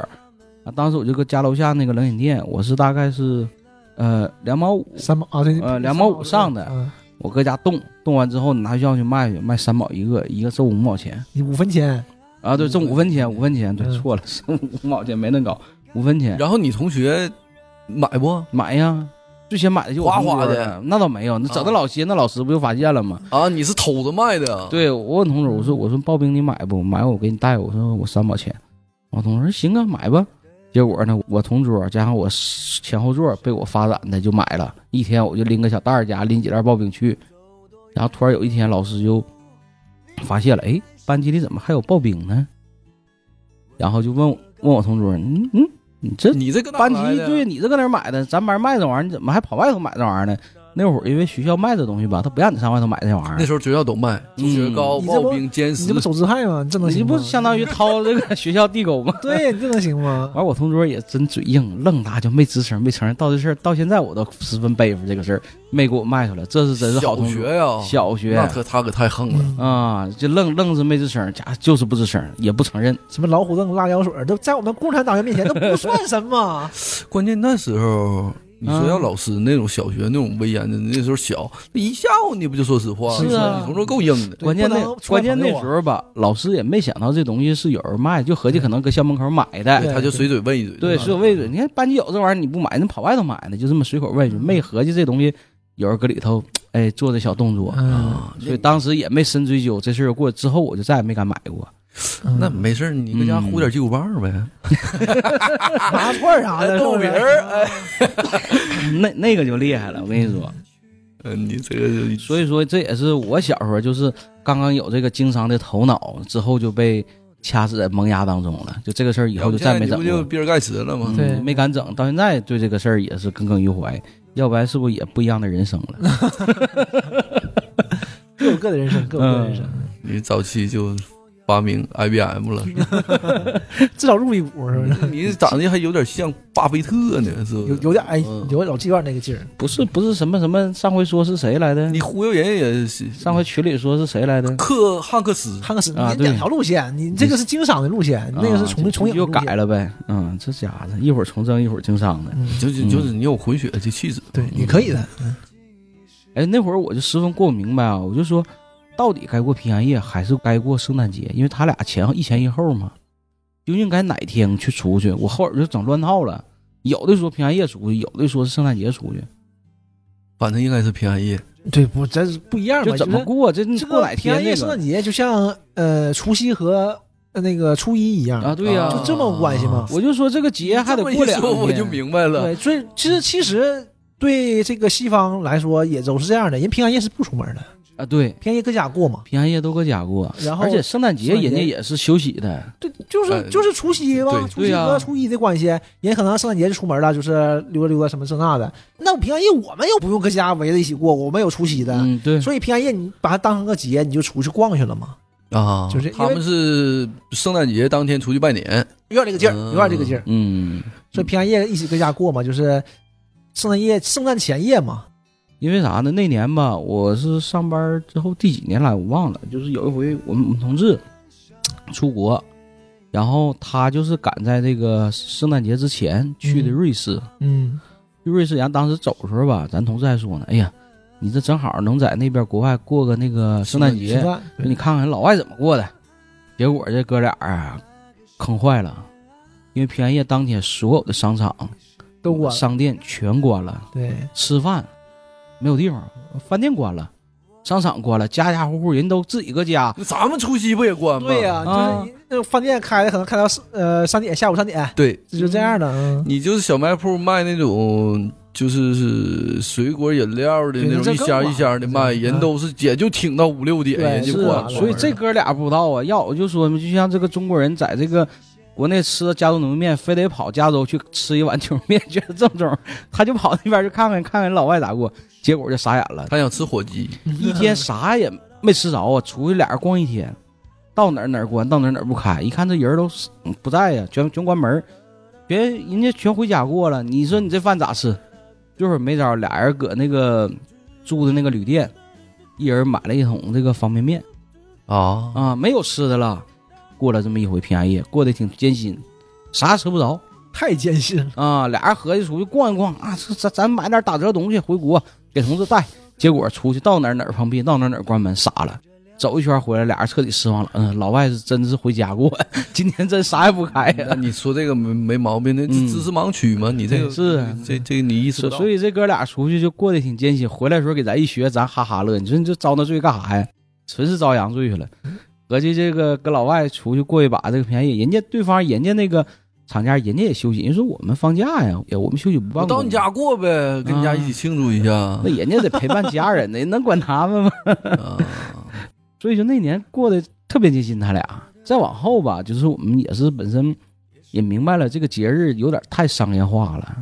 B: 啊，当时我就搁家楼下那个冷饮店，我是大概是，呃，两毛五，
D: 三毛啊，对，
B: 呃两毛五上的
D: 嗯
B: 我搁家冻，冻完之后你拿学校去卖去，卖三毛一个，一个挣五毛钱
D: 你五分钱，
B: 啊，对，挣五分钱，五分钱，对，
D: 嗯
B: 错了，是五毛钱没那高，五分钱
C: 然后你同学买不
B: 买呀。最先买的就我
C: 哗
B: 同
C: 哗
B: 桌
C: 的
B: 那倒没有，那整的
C: 啊
D: 哦
B: 老些，那老师不就发现了吗？
C: 啊？你是偷着卖的啊？
B: 对我问同桌，我说我说刨冰你买不买？我给你带，我说我三毛钱。我同桌说行啊，买吧。结果呢，我同桌加上我前后座被我发展的就买了，一天我就拎个小袋儿家拎几袋刨冰去。然后突然有一天，老师就发现了，哎，班级里怎么还有刨冰呢？然后就问我问我同桌，嗯嗯，你这
C: 你这个
B: 班级对你这搁哪儿买的？咱班卖这玩意儿，你怎么还跑外头买这玩意儿呢？那会儿因为学校卖这东西吧，他不让你上外头买这玩意儿
C: 那。时候学校都卖
B: 嗯
C: 猪血糕、
D: 你这不
C: 刨冰、煎
D: 你
C: 食
D: 这不，走资派吗？你这能
B: 你
D: 行
B: 不
D: 吗？？
B: 相当于掏这个学校地沟 吗
D: 对你这能行吗？
B: 完，我同桌也真嘴硬，愣他就没吱声，没承认。到这事儿到现在，我都十分背负这个事儿，没给我卖出来。这是真是好
C: 小
B: 同桌
C: 学嗯呀，
B: 小学
C: 那可他可太横了。
B: 啊，就愣愣是没吱声，家啊就是不吱声，也不承认。
D: 什么老虎凳、辣椒水儿都在我们共产党员面前都不算 什么。
C: 关键那时候。你说
B: 啊
C: 要老师那种小学那种威严的，那时候小，那一下午你不就说实话？
B: 是啊
C: 你同桌够硬的。
D: 对
B: 关键那
D: 不能出卖
B: 关键那
D: 朋友啊
B: 时候吧，老师也没想到这东西是有人卖，就合计可能搁校门口买的。
D: 对
C: 哎他就随嘴问一嘴。
B: 对，
C: 吧
B: 所以我问一嘴，你看班级有这玩意儿你不买，你跑外头买的，就这么随口问一句，没合计这东西有人搁里头哎做这小动作。啊
D: 嗯，
B: 所以当时也没深追究这事儿过，之后我就再也没敢买过。
C: 那没事儿，你搁家糊点鸡骨棒呗。
D: 麻串啥的，
C: 豆
D: 豆
C: 皮儿哎
B: 那那个就厉害了，我跟你说。
C: 嗯，你这个
B: 所以说这也是我小时候就是刚刚有这个经商的头脑之后就被掐死在萌芽当中了，就这个事儿以后就再没
C: 你
B: 整
C: 不就
B: 过，
C: 比尔盖茨了吗？
D: 对
B: 没敢整，到现在对这个事儿也是耿耿于怀。要不然是不是也不一样的人生 了？
D: 各有各的人生，各有各的人
B: 嗯
D: 生，
C: 你早期就发明 IBM 了，
D: 至少入一股是不是？
B: 嗯
C: 你长得还有点像巴菲特呢，是
D: 有
C: 不是？
D: 有点哎，
C: 嗯
D: 有点老妓院那个劲儿。
B: 不是不是什么什么，上回说是谁来的？
C: 你忽悠人也是
B: 上回群里说是谁来的？
C: 克汉克斯，
D: 汉克斯，你
B: 啊对
D: 两条路线，你这个是经商的路线，那个是
B: 啊
D: 从从影
B: 就
D: 的路线
B: 改。了呗。嗯，这家伙一会儿从政一会儿经商的。
D: 嗯，
C: 就就就是你有混血的气质。
D: 对，你可以的。嗯
B: 哎，那会儿我就十分过不明白啊，我就说，到底该过平安夜还是该过圣诞节？因为他俩前后一前一后嘛，究竟该哪天去出去？我后耳就整乱套了，有的说平安夜出去，有的说是圣诞节出去，
C: 反正应该是平安夜，
D: 对，不，咱是不一样嘛，
B: 就怎么
D: 是
B: 过？这
D: 这
B: 过
D: 个
B: 哪
D: 平
B: 天
D: 安
B: 那
D: 夜、圣
B: 个
D: 诞节就像呃除夕和呃那个初一一样
B: 啊？对呀、
C: 啊
D: 就这么关系吗？
B: 我就说这个节还得过两
C: 这么一说
B: 天，
C: 我就明白了。
D: 对，所以其实其实对这个西方来说也都是这样的，人平安夜是不出门的，
B: 啊，对，
D: 平安夜搁家过嘛。
B: 平安夜都搁家过，
D: 然后
B: 而且圣诞节人家也是休息的，
D: 对，就是、
C: 呃
D: 就是除夕吧
C: 对，
D: 除夕
B: 对啊呀
D: 和初一的关系，人可能圣诞节就出门了，就是溜达溜达什么这那的。那平安夜我们又不用搁家围着一起过，我们有除夕的，
B: 嗯，对，
D: 所以平安夜你把它当成个节，你就出去逛去了嘛，
C: 啊，
D: 就是因为
C: 他们是圣诞节当天出去拜年，
D: 有点这个劲儿，有点这个劲儿。
B: 嗯，
D: 所以平安夜一起搁家过嘛，就是圣诞夜、圣诞前夜嘛。
B: 因为啥呢？那年吧，我是上班之后第几年来我忘了，就是有一回我们我们同事出国，然后他就是赶在这个圣诞节之前去的瑞士。
D: 嗯，
B: 去瑞士，然后当时走的时候吧，咱同事还说呢：“哎呀，你这正好能在那边国外过个那个圣诞
D: 吃
B: 节，
D: 饭。
B: 说你看看老外怎么过的。”结果这哥俩啊，坑坏了，因为平安夜当天所有的商场
D: 都关了。
B: 商店全关了。
D: 对，
B: 吃饭没有地方，饭店关了，商场关了，家家户户人都自己搁家。
C: 那咱们除夕不也关吗？
D: 对
B: 啊
D: 呀、就是那种饭店开的可能开到四呃三点，下午三点，
C: 对，
D: 这就这样的。嗯，
C: 你就是小卖铺卖那种就是是水果饮料的
D: 对
C: 那
D: 那
C: 种
D: 这
C: 一
D: 更
C: 箱一
D: 晚
C: 箱的卖，
D: 嗯
C: 人都是也就挺到五六点，
D: 对
C: 人就是关
D: 啊
B: 啊，
C: 了。
B: 所以这哥俩不知道啊。要我就说嘛，就像这个中国人在这个国内吃加州牛肉面，非得跑加州去吃一碗牛肉面，觉得正宗，他就跑那边去看看看看老外咋过，结果就傻眼了，
C: 他想吃火鸡，
D: 嗯
B: 一天啥也没吃着啊，出去俩人逛一天，到哪儿哪儿关，到哪儿哪儿不开，一看这人都死嗯不在呀，全全关门儿，别人家全回家过了，你说你这饭咋吃？这会儿没招儿，俩人搁那个住的那个旅店，一人买了一桶这个方便面
D: 哦
C: 啊
B: 啊，没有吃的了，过了这么一回平安夜，过得挺艰辛，啥也吃不着
D: 太艰辛了。
B: 啊，俩人合计出去逛一逛啊，这咱咱买点打折东西回国给同志带，结果出去到哪儿哪儿碰壁，到哪儿哪儿关门，傻了。走一圈回来，俩人彻底失望了。嗯，老外是真是回家过， 今天真啥也不开啊呀、
C: 嗯那你说这个没没毛病，那
B: 嗯
C: 这知识盲区嘛，你这个
B: 是啊
C: 这这个你意识
B: 所
C: 不到
B: 所以这哥俩出去就过得挺艰辛，回来的时候给咱一学，咱哈哈乐。你说你这遭那罪干啥呀？纯是遭洋罪去了。合计这个跟老外出去过一把这个便宜，人家对方人家那个厂家人家也休息，人家说我们放假呀，也我们休息不办
C: 我
B: 公。
C: 到你家过呗，跟你家一起庆祝一下啊
B: 那人家得陪伴家 人呢，人能管他们吗？ 所以就那年过得特别艰辛，他俩。再往后吧，就是我们也是本身也明白了，这个节日有点太商业化了，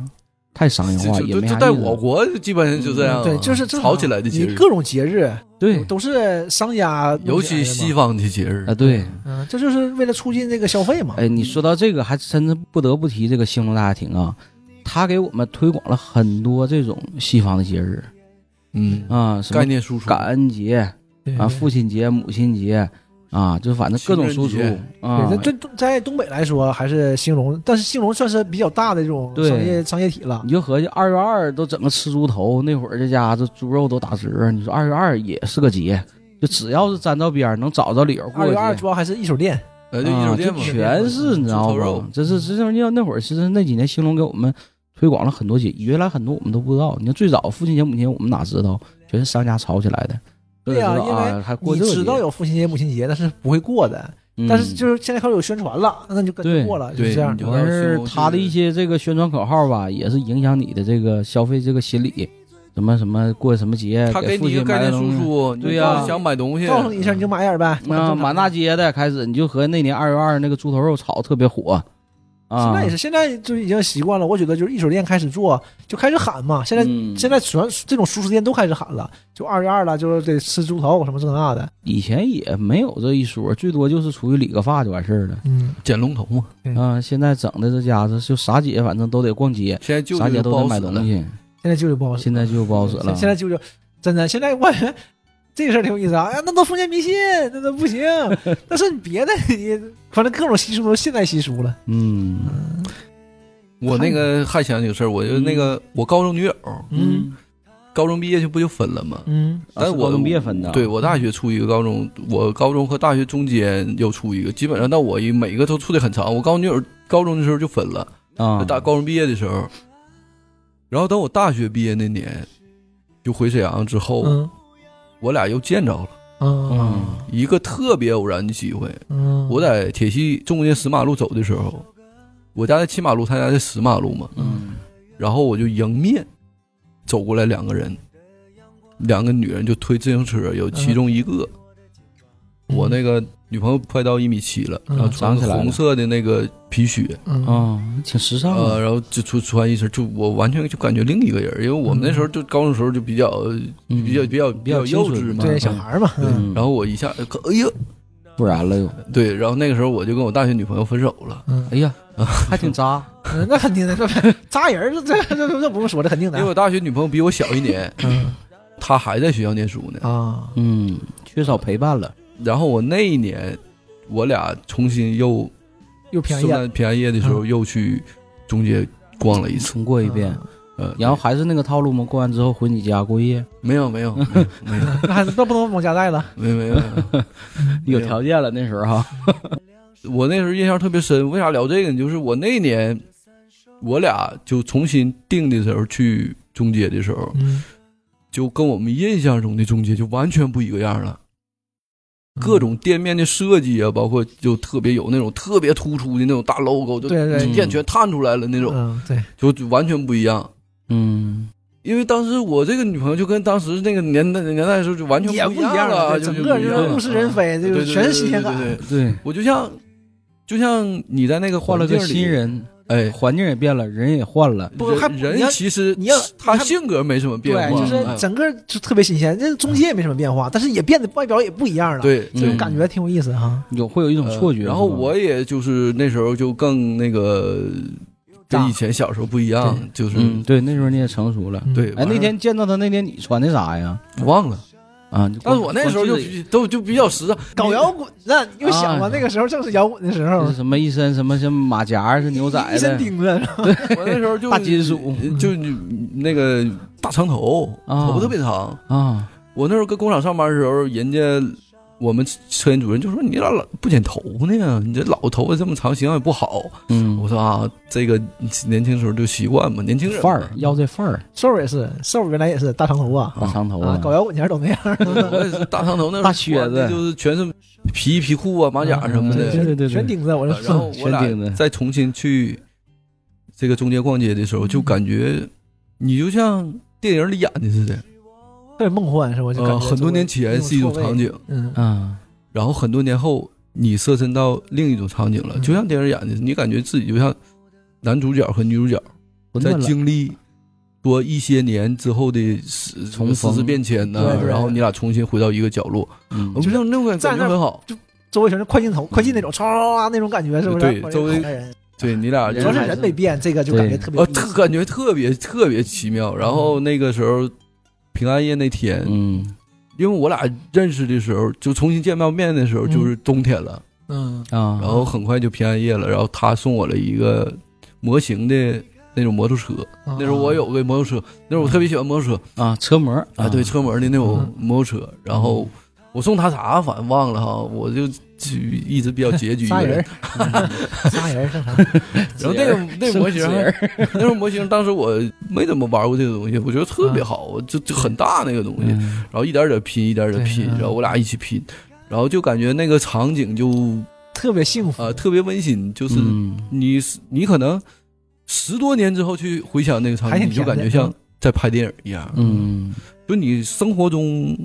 B: 太商业
C: 这
B: 化
C: 就
B: 也
C: 就
B: 没啥
C: 就
B: 意
C: 在
B: 思嗯
C: 我国基本上就这样啊，
D: 对，就是正常
C: 吵起来的节
D: 你
C: 日，
D: 各种节日
B: 对
D: 都是商家弄
C: 尤
D: 起来的嘛，
C: 其西方的节日
B: 啊，对。
D: 嗯，这就是为了促进这个消费嘛。
B: 哎，你说到这个，还真是不得不提这个兴隆大家庭啊，他给我们推广了很多这种西方的节日
C: 嗯，
B: 啊，什么
C: 概念输出
B: 感恩节
D: 对
B: 啊、父亲节、母亲节啊，就反正各种输出
C: 情人
B: 啊
D: 对，，在在在东北来说还是兴隆，但是兴隆算是比较大的这种
B: 对
D: 商业商业体了
B: 你。就合计二月二都整个吃猪头，那会儿这家这猪肉都打折，你说二月二也是个节，就只要是沾到边儿能找着理由过
D: 二
B: 节
D: 月二主要还是一手店，
C: 呃，就一手店
B: 啊
C: 嘛
B: 就，全是你知道
C: 猪头肉
B: 吗？这是这是那那会儿，其实那几年兴隆给我们推广了很多节，原来很多我们都不知道。你看最早父亲节、母亲节，我们哪知道？全是商家炒起来的。
D: 对呀
B: 都得知道
D: 因
B: 啊，还过
D: 你
B: 这个
D: 知道
B: 节
D: 有父亲节、母亲节，但是不会过的。
B: 嗯
D: 但是就是现在开始有宣传了，那就跟
B: 对
D: 着过了，就
C: 对
D: 这样
C: 你。就
B: 完事儿他的一些这个宣传口号吧，也是影响你的这个消费这个心理，什么什么过什么节，
C: 他给
B: 父
C: 你一
B: 亲
C: 个概
B: 买
C: 念
B: 点
C: 输
B: 东西。
C: 出，
B: 对
C: 你
B: 呀
C: 要是想买东西，
D: 告诉你一下，你就买点呗。
C: 嗯
B: 那满大街的开始，你就和那年二月二那个猪头肉炒特别火，啊，
D: 现在也是，现在就已经习惯了。我觉得就是一手店开始做，就开始喊嘛。现在、
B: 嗯
D: 现在全这种熟食店都开始喊了，就二月二了，就是得吃猪头什么这那的。
B: 以前也没有这一说，最多就是出去理个发就完事儿了。
D: 嗯，
C: 捡龙头嘛，
B: 啊、现在整的这家子就啥姐，反正都得逛街，
C: 现在就
B: 啥
C: 这
B: 姐
C: 个
B: 都
C: 不好
B: 能买
C: 使了
B: 东西。
D: 现在就是不好使，
B: 现在就不好使了。
D: 现在就就真的，现在我感觉这个事儿挺有意思啊。哎呀，那都封建迷信，那都不行。但是你别的，你反正各种习俗都现代习俗了。
B: 嗯
C: 我那个还想起个事儿，我就那个我高中女友，
D: 嗯
C: 高中毕业就不就分了吗？
D: 嗯
B: 啊
C: 但
B: 是
C: 我
B: 高中毕业分的
C: 对我大学处一个高中，我高中和大学中间又处一个，基本上到我一每个都处的很长。我高中女友高中的时候就分了，
B: 啊，
C: 大高中毕业的时候，然后等我大学毕业那年，就回沈阳之后，
D: 嗯
C: 我俩又见着了，
D: 嗯
B: 嗯
C: 一个特别偶然的机会，
D: 嗯，
C: 我在铁西中间十马路走的时候，我家在七马路，他家在十马路嘛，
B: 嗯
C: 然后我就迎面走过来两个人，两个女人就推自行车，有
B: 嗯
C: 其中一个，我那个女朋友快到一米七了，
D: 嗯
C: 然后穿
B: 长起来了
C: 红色的那个皮靴，
D: 嗯
B: 啊，挺时尚
C: 呃，
B: 的。
C: 然后就穿穿一身，就我完全就感觉另一个人，因为我们那时候就高中时候就比较
B: 嗯
C: 比较比较
B: 比较
C: 幼
B: 清
C: 稚
B: 纯
C: 嘛，
D: 对小孩嘛，嗯
B: 嗯，
C: 然后我一下，哎呦，
B: 不然了又，
C: 对，然后那个时候我就跟我大学女朋友分手了。
D: 嗯
B: 哎 呀，还挺渣。
D: 嗯，那肯定的，这不扎人儿，这这这这不用说，这肯定
C: 因为
D: 的。
C: 我大学女朋友比我小一年，
D: 嗯
C: 她还在学校念书呢。
D: 啊，
B: 嗯，缺少陪伴了。
C: 然后我那一年，我俩重新又
D: 又便宜啊
C: 圣
D: 了，
C: 诞平安夜的时候又去中介逛了一次。
B: 重过一
D: 啊
B: 遍，
C: 呃，
B: 然后还是那个套路吗？过完之后回你家过 夜，
C: 没有没有没有没有
D: 嗯那还那不能往家带了。
C: 没有没有，
B: 有条件了那时候哈。
C: 我那时候印象特别深。为啥聊这个呢？就是我那年，我俩就重新定的时候去中介的时候，
D: 嗯，
C: 就跟我们印象中的中介就完全不一个样了。各种店面的设计啊，包括就特别有那种特别突出的那种大 logo，就
D: 对对
B: 嗯
C: 店全探出来了那种，
D: 嗯，对，
C: 就就完全不一样。
B: 嗯，
C: 因为当时我这个女朋友就跟当时那个年代年代的时候就完全
D: 也
C: 一
D: 一
C: 样
D: 了，
C: 了，
D: 对
C: 就
D: 整个
C: 就不一
D: 就是
C: 样
D: 物
C: 了
D: 是人非，
C: 对
D: 就
C: 对对
D: 是全是
C: 对
D: 新鲜
C: 对对
D: 感。
C: 对
B: 对，
C: 我就像就像你在那个
B: 换了
C: 环
B: 个
C: 境里
B: 新，人，
C: 哎，
B: 环境也变了，人也换了。
D: 不还
C: 人
D: 你要
C: 人其实
D: 你要
C: 他
D: 你还
C: 性格没什么变
D: 对，
C: 化，
D: 就是
C: 哎
D: 整个就特别新鲜，这中间也没什么变化，但是也变得外表也不一样了。，
C: 对
B: 嗯
D: 这
C: 对
D: 种感觉挺有意思哈。
B: 有会有一种错觉。
C: 呃然后
B: 是吧
C: 我也就是那时候就更那个，
D: 大
C: 跟以前小时候不一样，就是
B: 嗯，对，那时候你也成熟了。
D: 嗯
B: 嗯
C: 对。
B: 哎，
C: 完了
B: 那天见到他那天你穿的啥呀？
C: 忘了，
B: 啊，你
C: 但
B: 光
C: 是我那时候就
B: 光记
C: 比都就比较实 在，
D: 搞摇滚的，因为想嘛，
B: 啊
D: 那个时候正是摇滚的时
B: 得
D: 候
B: 是，什么一身什么什么马甲是牛仔
D: 一身
B: 的
D: 钉子，
C: 我那时候就
B: 大金属
C: 就那个大长头，
B: 啊
C: 头发特别长。
B: 啊
C: 我那时候跟工厂上班的时候，人家我们车间主任就说：“你咋老不剪头呢？你这老头发这么长，形象也不好。”
B: 嗯
C: 我说啊，这个年轻时候就习惯嘛，年轻人
B: 范儿要这范
C: 啊
B: 儿
D: 瘦儿也是，瘦儿原来也是大长头啊，
B: 大长
C: 哦
B: 头
D: 啊，搞摇滚前都那样，
C: 我也是大长头那时候
B: 大靴子
C: 就是全是皮衣皮裤啊、马甲什么
B: 对
C: 的
B: 嗯。对对对
D: 全钉子，我这
C: 然后我
B: 全顶
C: 俩
B: 的
C: 再重新去这个中街逛街的时候，就感觉你就像电影里演的似的，
D: 特别梦幻，是我就感
C: 呃，
D: 觉
C: 很多年前是一种场
D: 景，
C: 景，
D: 嗯，
B: 啊，
C: 然后很多年后你设身到另一种场景了，
D: 嗯
C: 就像电影演的，你感觉自己就像男主角和女主角
B: 混
C: 在
B: 乱了
C: 经历多一些年之后的时
B: 重
C: 时
B: 逢
C: 事变迁
D: 对
C: 呢，
D: 对对
C: 然后你俩重新回到一个角落，
B: 嗯
C: 我觉得那种感
D: 在
C: 感
D: 那
C: 觉
D: 儿
C: 很好。
D: 周围全是快镜头、快进那种，唰唰唰那种感觉，是不是？
C: 对
D: 我这
C: 周围
D: 好感人
C: 对你俩就
D: 主要是
B: 还
D: 人
B: 是
D: 没变，这个就感
B: 对
D: 觉特别
C: 呃，
D: 有意思，
C: 特感觉特别特别奇妙。然后那个时候，平安夜那天，
B: 嗯
C: 因为我俩认识的时候，就重新见到面的时候，
D: 嗯
C: 就是冬天了。
D: 嗯
B: 啊，
C: 然后很快就平安夜了，然后他送我了一个模型的那种摩托车。那时候
D: 啊
C: 我有个摩托车，那时候我特别喜欢摩托车
B: 啊车模
C: 啊，对，车模的那种
D: 嗯
C: 摩托车。然后我送他啥，反正忘了哈，我就就一直比较拮据一
D: 仨
C: 个
D: 人
C: 人
D: 儿。，仨人儿正常，
C: 然后那个那个模型
B: 生死人儿
C: 那种模型，当时我没怎么玩过这个东西，我觉得特
D: 嗯
C: 别好，我就就很大那个东西，然
B: 嗯
C: 后一点点拼，一点点拼，
D: 对嗯
C: 然后我俩一起拼，然后就感觉那个场景就
D: 特别幸福
C: 呃特别温馨，就是
B: 嗯
C: 你你可能十多年之后去回想那个场
D: 还
C: 景，
D: 挺
C: 你就感觉
D: 甜的嗯
C: 像在拍电影一样，
B: 嗯
C: 就你生活中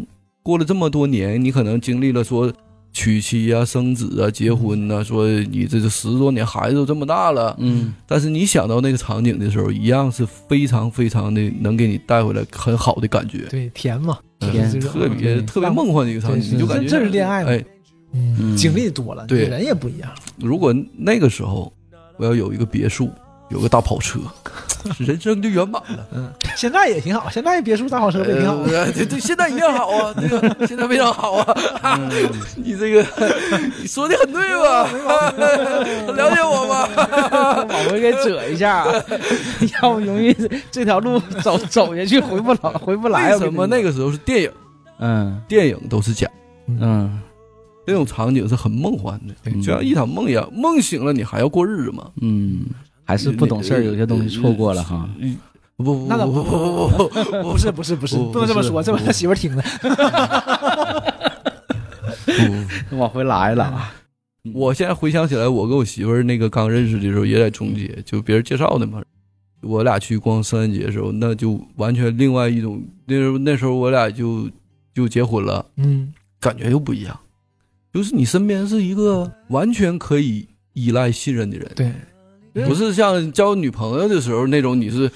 C: 过了这么多年，你可能经历了说娶妻啊、生子啊、结婚呐、说你这这十多年孩子都这么大了，
B: 嗯
C: 但是你想到那个场景的时候，一样是非常非常的能给你带回来很好的感觉，
D: 对，甜嘛，
B: 甜
D: 就是这种
C: 特别
B: 对
C: 特别梦幻的一个场景，
B: 对
C: 你就感觉
D: 这嗯这是恋爱嘛
C: 哎，
D: 嗯
B: 嗯
D: 经历多了，
C: 对
D: 人也不一样，
C: 如果那个时候我要有一个别墅，有个大跑 车，人生就圆满了。
D: 嗯，现在也挺好，现在别墅大跑车不也挺好吗，
C: 呃对对，现在一样好啊，对吧？现在非常好啊，你这个你说的很对吧？了解我吗？
B: 把我给折一下， 要不容易这条路走走下去回不 了回不
C: 为
B: 来。
C: 什么那个时候是电影？
B: 嗯
C: 电影都是假的
B: 嗯
C: 那种场景是很梦幻的，
B: 嗯
C: 就像一场梦一样，梦醒了你还要过日子吗？
B: 嗯，还是不懂事儿，有些东西错过了哈。
C: 嗯不不
D: 那倒
C: 不不不不不，
D: 不是不是不是，
C: 不
D: 不能这么
C: 不是
D: 说，这么他媳妇儿听的，
B: 往回来了，
C: 嗯我现在回想起来，我跟我媳妇儿那个刚认识的时候也在中街，就别人介绍的嘛。我俩去逛圣诞节的时候，那就完全另外一种。那时候那时候我俩就就结婚了，
D: 嗯，
C: 感觉又不一样。就是你身边是一个完全可以依赖信任的人，
D: 对，
C: 不是像交女朋友的时候那种，你是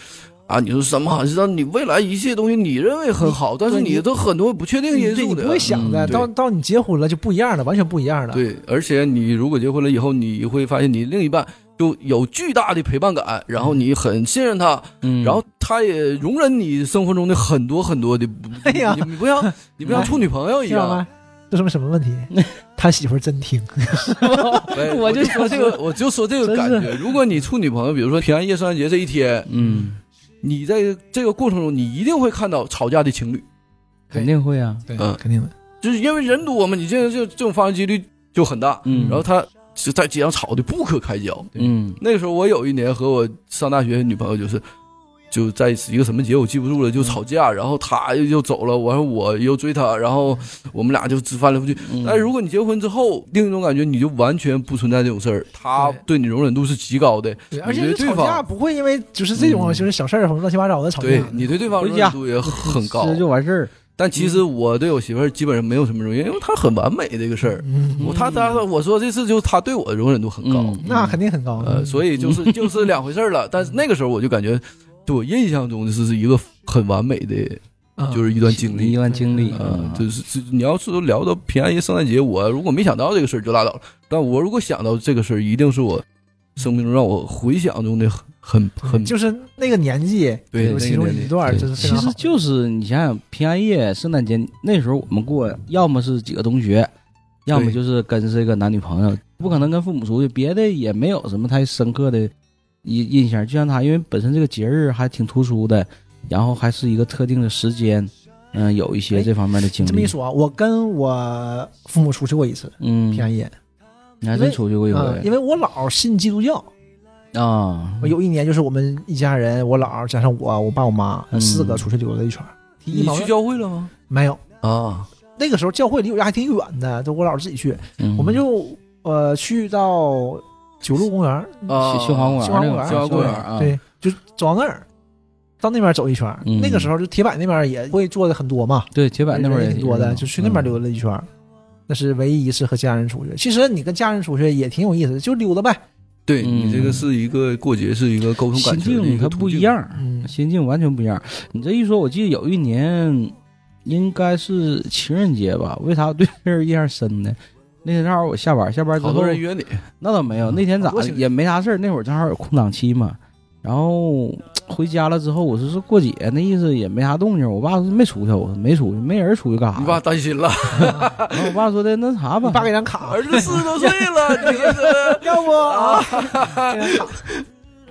C: 啊，你说什么好像是让你未来一切东西你认为很好，但是你都很多不确定因
D: 对
C: 素
D: 你
C: 的，
D: 不会想的，
C: 嗯
D: 到到你结婚了就不一样了，完全不一样了，
C: 对，而且你如果结婚了以后，你会发现你另一半就有巨大的陪伴感，然后你很信任他，
B: 嗯
C: 然后他也容忍你生活中的很多很多的不，
D: 哎呀
C: 你你不像你不像处女朋友一
D: 知道
C: 样
D: 吗，？这说明什么问题？他媳妇儿真听，
C: 哎
B: 我就
C: 说
B: 想
C: 这个，我就说这个感觉。如果你处女朋友，比如说平安夜、圣诞节这一天，
B: 嗯，
C: 你在这个过程中，你一定会看到吵架的情侣，
B: 肯定会啊。
D: 对
C: 嗯
D: 肯定的，
C: 就是因为人多嘛，你这这这种发生几率就很大。
B: 嗯
C: 然后他是在街上吵的不可开交，
B: 嗯
C: 那个时候我有一年和我上大学的女朋友就是，就在一个什么节我记不住了，就吵架，然后她又走了，完后我又追她，然后我们俩就直翻来覆去。
B: 嗯
C: 但是如果你结婚之后，另一种感觉你就完全不存在这种事儿，她对你容忍度是极高的，
D: 对，
C: 你
D: 而且
C: 对
D: 是
C: 对
D: 吵架
C: 方，
D: 不会因为就是这种
B: 嗯
D: 就是小事儿什么乱七八糟的吵架，
C: 对你对对方
B: 回
C: 容
B: 家
C: 忍度也很高。
B: 吃就完事儿。
C: 但其实我对我媳妇儿基本上没有什么容忍，因为她很完美这个事儿。
D: 嗯，
C: 我她她我说这次就是她对我容忍度很高，
B: 嗯
D: 那肯定很高，
C: 呃，所以就是就是两回事儿了。但是那个时候我就感觉，对我印象中是是一个很完美的，
D: 嗯
C: 就是一段经
B: 一
C: 历。
B: 段经历嗯
C: 呃，就是是你要是聊到平安夜、圣诞节，我如果没想到这个事儿就拉倒了。但我如果想到这个事儿，一定是我生命中让我回想中的很很很
D: 嗯就是那个年纪
C: 对
D: 有
C: 那
D: 其
C: 个
D: 中
C: 年
D: 一
C: 龄
D: 段，
C: 对
D: 就是非
B: 其
D: 常好
B: 实
D: 的。
B: 就是你想想，平安夜、圣诞节那时候我们过，要么是几个同学，要么
C: 对
B: 就是跟这个男女朋友，不可能跟父母出去，别的也没有什么太深刻的印印象。就像他，因为本身这个节日还挺突出的，然后还是一个特定的时间，嗯、有一些
D: 哎
B: 这方面的经历。
D: 这么一说啊，我跟我父母出去过一次
B: 嗯，
D: 平安夜，
B: 你还真出去过一回
D: 啊，因为我姥儿信基督教。
B: 啊
D: 我？
C: 嗯
D: 有一年就是我们一家人，我姥儿加上我，我爸我妈
B: 嗯
D: 四个出去溜达一圈儿。一
C: 你
D: 毛
C: 去教会了吗？
D: 没有，
C: 啊，
D: 那个时候教会离我家还挺远的，都我姥儿自己去，
B: 嗯
D: 我们就呃去到九路公园儿，
C: 啊
B: 新新华公园
D: 呃新华公
B: 那
D: 园
B: 个新华公园啊，
D: 对，就走到那儿，到那边走一圈儿。
B: 嗯
D: 那个时候就铁板那边也会坐的很多嘛，
B: 对，铁板那边
D: 人
B: 也
D: 也挺多的，
B: 热闹
D: 就去那边
B: 嗯
D: 溜达一圈儿。那是唯一一次和家人出去。其实你跟家人出去也挺有意思的，就溜达呗。
C: 对
B: 嗯
C: 你这个是一个过节，是一个沟通
B: 心
C: 感情的一
B: 境它
C: 个
B: 不
C: 途
B: 一
C: 径。
B: 样，
D: 嗯，
B: 心境完全不一样。你这一说，我记得有一年应该是情人节吧？为啥我对这人印象深呢？那天正好我下班，下班之
C: 好
B: 后
C: 多人约你，
B: 那倒没有，
C: 嗯
B: 那天咋
C: 好多情人
B: 也没啥事儿，那会儿正好有空档期嘛。然后回家了之后，我说是过节，那意思也没啥动静。我爸说没出去，我说没出去，没人出去干啥呀？
C: 你爸担心 了，
B: 然后我爸说的那啥吧，
D: 你爸给张卡，
C: 儿子四十多岁了，你 这是
D: 要不啊？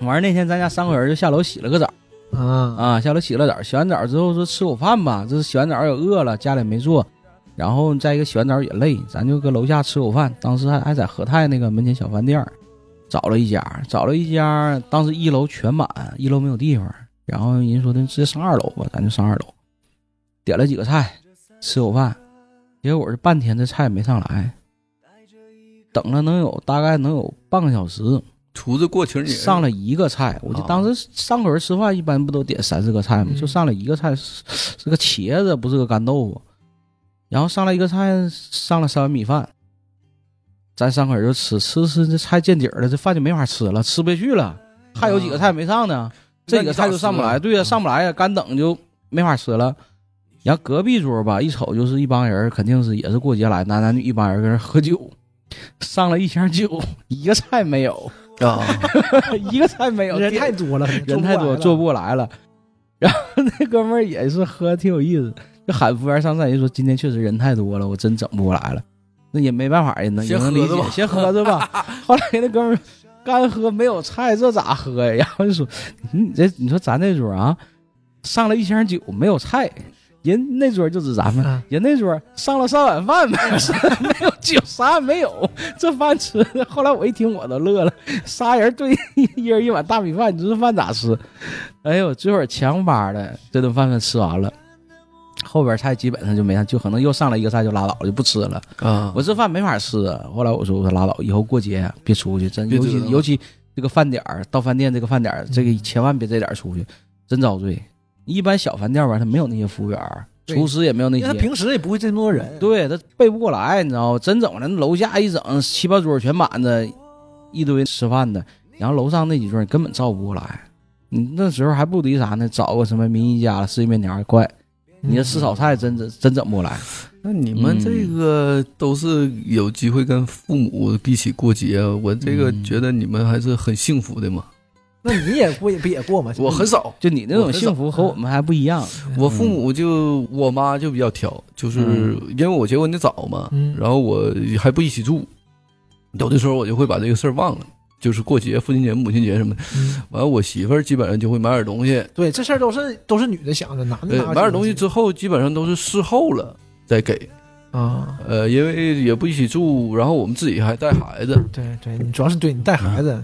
B: 完事儿那天咱家三口人就下楼洗了个澡。
D: 啊，
B: 啊，下楼洗了澡，洗完澡之后说吃口饭吧，这是洗完澡也饿了，家里没做，然后再一个洗完澡也累，咱就搁楼下吃口饭。当时还还在和泰那个门前小饭店儿找了一家，找了一家，当时一楼全满，一楼没有地方，然后人说的直接上二楼吧，咱就上二楼，点了几个菜，吃口饭，结果是半天这菜没上来，等了能有大概能有半个小时，
C: 厨子过情人节
B: 上了一个菜，我就
C: 啊
B: 当时上口人吃饭一般不都点三四个菜吗？
D: 嗯
B: 就上了一个菜，是是个茄子，不是个干豆腐。然后上来一个菜，上了三碗米饭，咱三口人就吃，吃吃这菜见底儿了，这饭就没法吃了，吃不下去了。还有几个菜没上呢，这几个菜就上不来，对呀、上不来呀，干等就没法吃了。然后隔壁桌吧，一瞅就是一帮人，肯定是也是过节来，男男女一帮人搁那儿喝酒，上了一箱酒，一个菜没有。
C: 啊，
B: 一个菜没有，
D: 人
B: 第
D: 太多了，
B: 哎人太多，做不过来了。然后那哥们儿也是喝挺有意思，就喊服务员上菜，人说今天确实人太多了，我真整不过来了。那也没办法呀，能也
C: 先
B: 能
C: 喝
B: 理
C: 着
B: 解
C: 吧，
B: 先喝着吧。 后来那哥们儿干喝没有菜，这咋喝呀？然后就说你这你说咱这桌啊，上了一箱酒没有菜，人那桌就指咱们，
D: 啊
B: 人那桌上了三碗饭没 有菜没有酒，啥也没有，这饭吃的。后来我一听我都乐了，仨人对一人一碗大米饭，你说这饭咋吃？哎呦，这会儿强巴的这顿饭饭吃完了。后边菜基本上就没啥，就可能又上来一个菜就拉倒，就不吃了。
C: 啊，
B: 我这饭没法吃啊。后来我说我说拉倒，以后过节啊别出去，真
C: 别
B: 尤
C: 折
B: 其
C: 腾
B: 尤其这个饭点儿到饭店这个饭点儿，这
D: 嗯
B: 个千万别这点儿出去，真遭罪。一般小饭店吧，他没有那些服务员儿，
D: 对
B: 厨师也没有那
D: 因为他
B: 些。
D: 平时也不会这么多人。
B: 对他背不过来，你知道吗？真整的，那楼下一整七八桌全满着，一堆吃饭的，然后楼上那几桌你根本照顾不过来。你那时候还不敌啥呢？找个什么民一家了，四季面条儿快，
D: 嗯，
B: 你这吃炒菜真真真整不过来。
C: 那你们
B: 嗯
C: 这个都是有机会跟父母一起过节，啊我这个
B: 嗯
C: 觉得你们还是很幸福的嘛。
D: 那你也过也不也过吗？
C: 我很少，
B: 就你那
C: 我
B: 种
C: 很少
B: 幸福和我们还不一样。
C: 我父母就我妈就比较挑，就是
B: 嗯
C: 因为我结婚的早嘛，
D: 嗯
C: 然后我还不一起住，有的时候我就会把这个事儿忘了。就是过节，父亲节、母亲节什么的，
D: 嗯
C: 完了我媳妇儿基本上就会买点东西，
D: 对这事儿都是都是女的想的，男的
C: 对，
D: 哪有
C: 买点东西
D: 这
C: 之后基本上都是事后了再给，
D: 种啊。
C: 呃，因为也不一起住，然后我们自己还带孩子，
D: 对对，你主要是对你带
B: 嗯
D: 孩
B: 啊
D: 子，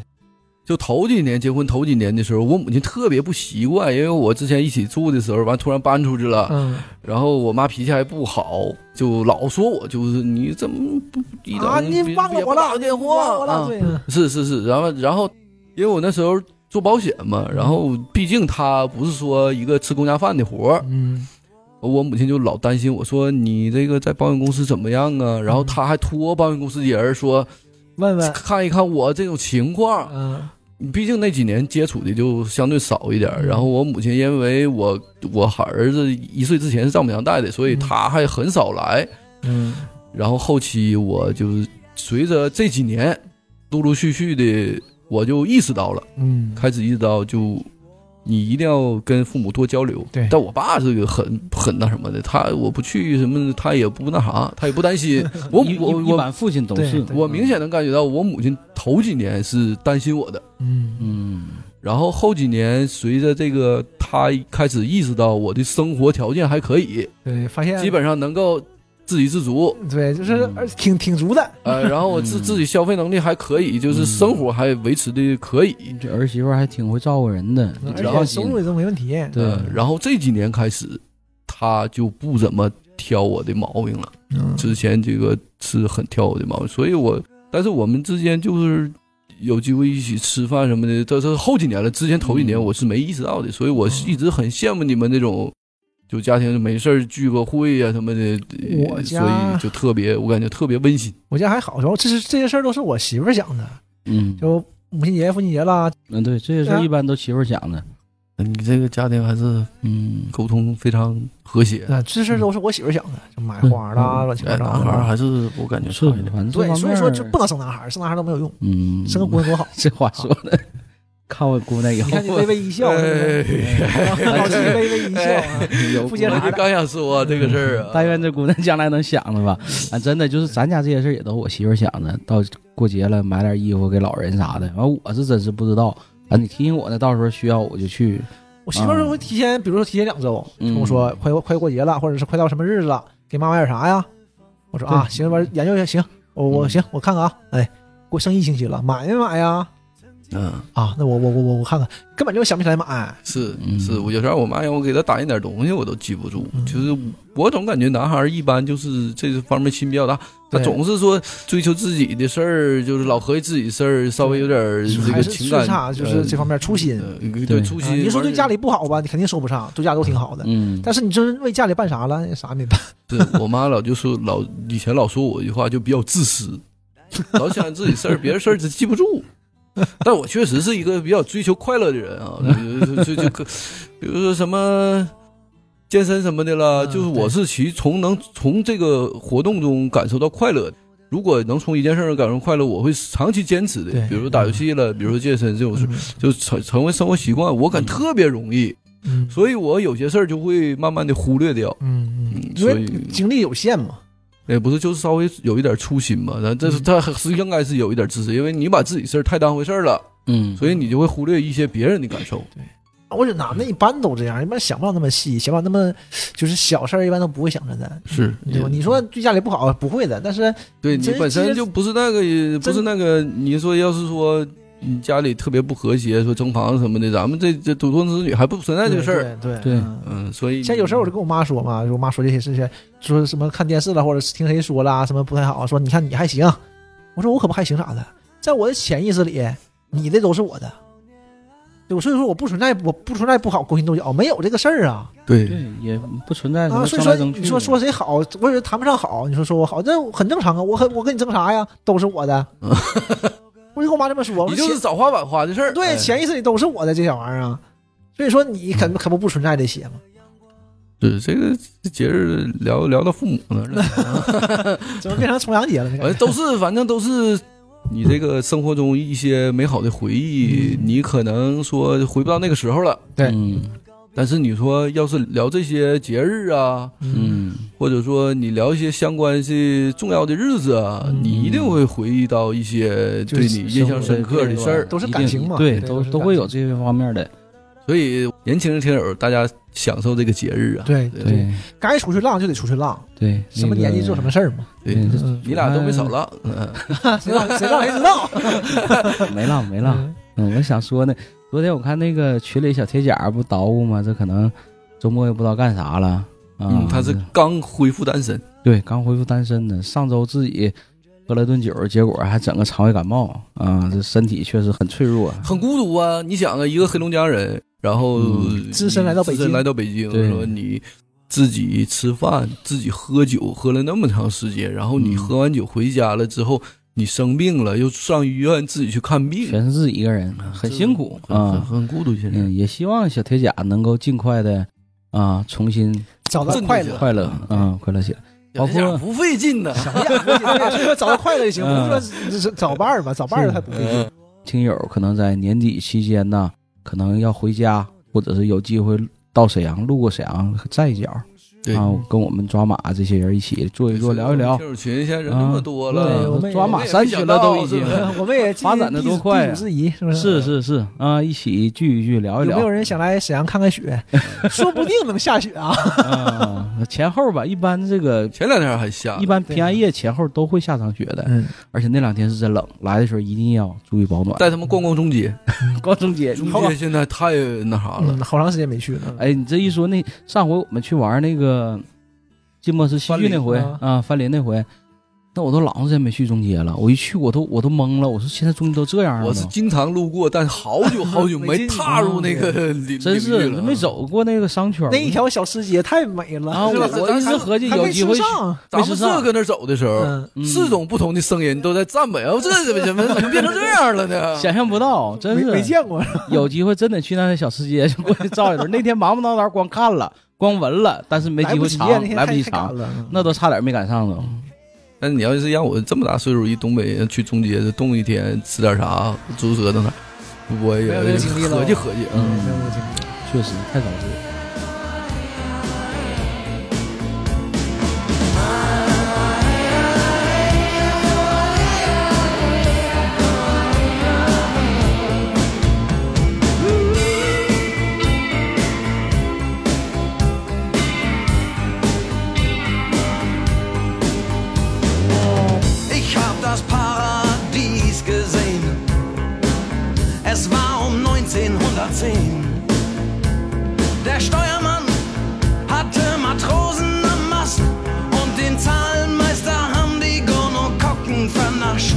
C: 就头几年结婚头几年的时候，我母亲特别不习惯，因为我之前一起住的时候，完突然搬出去了，
D: 嗯，
C: 然后我妈脾气还不好，就老说我就是你怎么不一整
D: 啊，你
C: 别
D: 忘了
C: 别
D: 我
C: 不打
D: 了，
C: 电
D: 你忘了我
C: 话
D: 了，
C: 啊？
D: 对呀，
C: 是是是，然后然后，因为我那时候做保险嘛，然后毕竟他不是说一个吃公家饭的活儿，
D: 嗯，
C: 我母亲就老担心我说你这个在保险公司怎么样啊？然后他还托保险公司的人说
D: 问问，
C: 看一看我这种情况，
D: 嗯
C: 毕竟那几年接触的就相对少一点
B: 嗯
C: 儿，然后我母亲因为我我儿子一岁之前是丈母娘带的，所以
D: 嗯
C: 她还很少来。
D: 嗯
C: 然后后期我就是随着这几年陆陆续续的，我就意识到了，
D: 嗯，
C: 开始意识到就你一定要跟父母多交流。
D: 对
C: 但我爸是个很很那什么的，他我不去什么，他也不那啥，他也不担 心。我
B: 一
C: 我
B: 一一
C: 我
B: 般父亲都是
D: 对，对
C: 我明显能感觉到，我母亲头几年是担心我的，
D: 嗯
B: 嗯，
C: 然后后几年随着这个他开始意识到我的生活条件还可以，
D: 对，发现
C: 基本上能够自给自足，
D: 对，就是
B: 嗯
D: 而挺挺足的，
C: 呃，然后我自
B: 嗯
C: 自己消费能力还可以，就是
B: 嗯
C: 生活还维持的可以。
B: 这儿媳妇儿还挺会照顾人的，你
D: 嗯而
B: 只要
D: 且
B: 心
D: 收入也都没问题。
B: 对
C: 呃，然后这几年开始，他就不怎么挑我的毛病了。
D: 嗯，
C: 之前这个是很挑我的毛病，所以我，但是我们之间就是有机会一起吃饭什么的，这是后几年了。之前头几年
B: 嗯
C: 我是没意识到的，所以我是一直很羡慕你们那种。就家庭没事儿聚个会啊呀、什么的，
D: 我
C: 呃所以
D: 家
C: 就特别，我感觉特别温馨。
D: 我家还好，主要这是这些事儿都是我媳妇儿想的，
B: 嗯，
D: 就母亲节、父亲节啦，
B: 嗯，对，这些事儿
D: 啊
B: 一般都媳妇儿想的，
C: 你这个家庭还是
B: 嗯，
C: 沟通非常和谐，
D: 啊，这事儿都是我媳妇儿想的，就买花啦，乱七八
F: 哎，
D: 糟
F: 男孩儿
D: 的。
F: 还是我感觉差
B: 是，
F: 一点。
B: 反正这
D: 对，
B: 方
D: 所以
B: 面
D: 说
B: 儿
D: 就不能生男孩儿，生男孩儿都没有用，
B: 嗯，
D: 生个姑娘多好。
B: 这话说的，看我姑娘以后
D: 你，看你微微 一笑，
C: 哎
D: 是不是老七微微一笑啊，
B: 有
D: 不
B: 姑
D: 接
B: 娘
D: 茬
C: 我
D: 儿
C: 就刚想说这个事儿啊，
B: 但愿这姑娘将来能想着吧。啊，真的就是咱家这些事儿也都我媳妇儿想的。到过节了，买点衣服给老人啥的。完，我是真是不知道。啊，你提醒我呢，到时候需要我就去。
D: 我媳妇
C: 嗯
D: 儿会提前，比如说提前两周
B: 嗯
D: 跟我说，快快过节了，或者是快到什么日子了，给妈买点啥呀？我说啊，行，完研究一下，行，我我
B: 嗯
D: 行，我看看啊，哎，过剩一星期了，买没买呀？
C: 嗯，
D: 啊，那我我我我我看看，根本就想不起来买。
C: 是
B: 嗯
C: 是，我有时候我妈让我给她打印点东西，我都记不住。
D: 嗯
C: 就是我总感觉男孩儿一般就是这方面心比较大，他
D: 对
C: 总是说追求自己的事儿，就是老合计自己事儿，稍微有点儿这
D: 还
C: 个
D: 是
C: 情
D: 最
C: 感
D: 差就是这方面粗心。
C: 呃对
B: 对
C: 初
D: 啊
C: 心。
D: 你说对家
C: 里，
D: 里不好吧，你肯定说不上，对家都挺好的。
B: 嗯，
D: 但是你真为家里办啥了，啥也没办。
C: 是我妈老就说老以前老说我一句话，就比较自私，老想自己事儿，别人事儿就记不住。但我确实是一个比较追求快乐的人啊，就就就就比如说什么健身什么的啦，
D: 嗯
C: 就是我是其从能从这个活动中感受到快乐的。如果能从一件事儿上感受快乐，我会长期坚持的
D: 对。
C: 比如说打游戏了，比如说健身这种事，就成成为生活习惯，我感觉特别容易，
D: 嗯，
C: 所以我有些事儿就会慢慢的忽略掉。
D: 嗯嗯，
C: 嗯
D: 因
C: 所
D: 为
C: 以
D: 精力有限嘛。
C: 也不是，就是稍微有一点粗心嘛。咱这是
D: 嗯
C: 他是应该是有一点自私，因为你把自己事儿太当回事儿了，
B: 嗯，
C: 所以你就会忽略一些别人的感受。
D: 我觉得
C: 嗯
D: 男的一般都这样，一般想不了那么细，想不了那么就是小事儿，一般都不会想着的，
C: 是
D: 对吧？你说对家里不好，不会的，但是
C: 对你
D: 这
C: 本
D: 这
C: 身
D: 个
C: 就不是那个，不是那个。你说要是说你家里特别不和谐，说争房什么的，咱们这这独生子女还不存在这个事儿。
D: 对
B: 对
D: 嗯
C: 嗯，所以
D: 像有时候我就跟我妈说嘛，我妈说这些事情，说什么看电视了，或者是听谁说啦，什么不太好，说你看你还行，我说我可不还行咋的，在我的潜意识里，你的都是我的，对，所以说我不存在，我不存在不好勾心斗角，没有这个事儿啊
C: 对
B: 对也不存在什
D: 啊，
B: 么
D: 所以
B: 争
D: 说
B: 来争去
D: 你
B: 的。
D: 说说谁好，我也谈不上好，你说说我好，这很正常啊，我很我跟你争啥呀，都是我的， 我就跟我妈这么说，我
C: 你
D: 说
C: 就是
D: 潜
C: 早花晚花的事儿。
D: 对
C: 哎
D: 潜意识里都是我的这小玩意儿啊，所以说你
B: 嗯
D: 可可不不存在这些嘛，
C: 是这个节日聊聊到父母那儿 了。
D: 怎么变成重阳节了呢？
C: 反
B: 哎
C: 正都是，反正都是你这个生活中一些美好的回忆，
D: 嗯
C: 你可能说回不到那个时候了。
D: 对
B: 嗯
C: 但是你说要是聊这些节日啊，
B: 嗯，
C: 或者说你聊一些相关是重要的日子啊，
D: 嗯
C: 你一定会回忆到一些
D: 就
C: 对
D: 是
C: 你印象深刻的事儿。
D: 都是
B: 一
D: 感
B: 定
D: 情嘛
B: 对，都
D: 对都是
B: 都
D: 感
B: 会
D: 情
B: 有这些方面的。
C: 所以年轻的听友，大家享受这个节日啊。
D: 对
B: 对
D: 该出去浪就得出去浪，
B: 对，
D: 什么
B: 那个
D: 年纪做什么事儿 嘛。
C: 对
B: 对
D: 嗯
C: 你俩都没少浪，嗯，
D: 谁让谁让谁 知道？
B: 没浪没浪。 嗯，我想说呢，昨天我看那个群里小铁甲不捣鼓吗？这可能周末也不知道干啥了啊、
C: 嗯，他是刚恢复单身，
B: 对刚恢复单身呢，上周自己喝了顿酒，结果还整个肠胃感冒啊、这身体确实很脆弱。
C: 很孤独啊！你想啊，一个黑龙江人，然后
B: 嗯
C: 你
D: 只身来到北京
C: 只身来到北京，
B: 对
C: 说你自己吃饭、自己喝酒，喝了那么长时间，然后你
B: 嗯
C: 喝完酒回家了之后，你生病了，又上医院自己去看病，
B: 全是自己一个人，很辛苦
C: 很很
B: 啊。
C: 很孤独。现在
B: 嗯，也希望小铁甲能够尽快的啊，重新
D: 找到快乐，
B: 快乐
C: 嗯
B: 啊，快乐起来。包括
C: 这样不费劲呢，
D: 什么呀？所以说找到快乐就行，
B: 嗯哎
D: 不是说找伴儿吧？找伴儿还不会。
B: 听友可能在年底期间呢，可能要回家，或者是有机会到沈阳，路过沈阳站一脚
C: 对哎
B: 啊，跟我们抓马这些人一起坐一坐，聊一聊
C: 听。友群现在人那么多
D: 对
C: 了
D: 我，
B: 啊
D: 们也
B: 抓马三群了都已经
C: 我们也没想到
B: 发
C: 是不是
D: 我们也
B: 展得多快啊
D: 是疑是不是？
B: 是是是啊，一起聚一聚，聊一
D: 有没有
B: 聊。
D: 人想来沈阳看看 雪？说不定能下雪啊！
B: 啊，前后吧，一般这个
C: 前两天还下
B: 一，般平安夜前后都会下场雪的，
D: 嗯，
B: 而且那两天是真冷，来的时候一定要注意保暖。
C: 带他们逛逛中街，
B: 哎高中节，
C: 中街现在太那啥了
D: 嗯，，好长时间没去了。
B: 哎，你这一说，那上回我们去玩那个静默式戏剧那回
D: 翻林啊
B: 啊，翻林那回，那我都老长时间没去中街了。我一去，我都我都懵了。我说现在中街都这样了吗，
C: 我是经常路过，但好 久好久
D: 没
C: 没
D: 进去嗯
C: 踏入那个领
B: 真
C: 领
B: 是
C: 域了，啊
B: 没。走过那个商圈儿。
D: 那一条小吃街太美了，
B: 啊，
D: 是
B: 我
D: 吧
B: 我一直合计
D: 还
B: 有
D: 没
B: 机
D: 吃
B: 会去，
D: 上，啊
C: 咱
B: 没
C: 们
B: 吃上
C: 这搁那儿走的时候，
D: 嗯，
B: 嗯
C: 四种不同的声音都在赞美，哦，这怎么怎么怎么变成这样了 呢？
B: 想象不到，真
D: 没
B: 是
D: 没见过。
B: 有机会真得去那些小吃街去过去照一顿。那天忙忙叨叨光看了，光闻了，但是没
D: 来
B: 机
D: 不
B: 会
D: 及
B: 尝
D: 啊，那，天
B: 来不及
D: 太太赶
B: 尝，
D: 了。
B: 那都差点没赶上呢。
C: 但你要是让我这么大岁数一东北人去中街冻一天吃点啥，猪舌头那儿，我也
D: 没有这个经历了
C: 合计合计，嗯，
D: 没有没有经历
B: 确实太着急了。
E: Ich hab das Paradies gesehen. Es war um 1910. Der Steuermann hatte Matrosen am Mast und den Zahlenmeister haben die Gonokokken vernascht.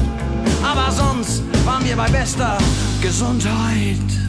E: Aber sonst waren wir bei bester Gesundheit.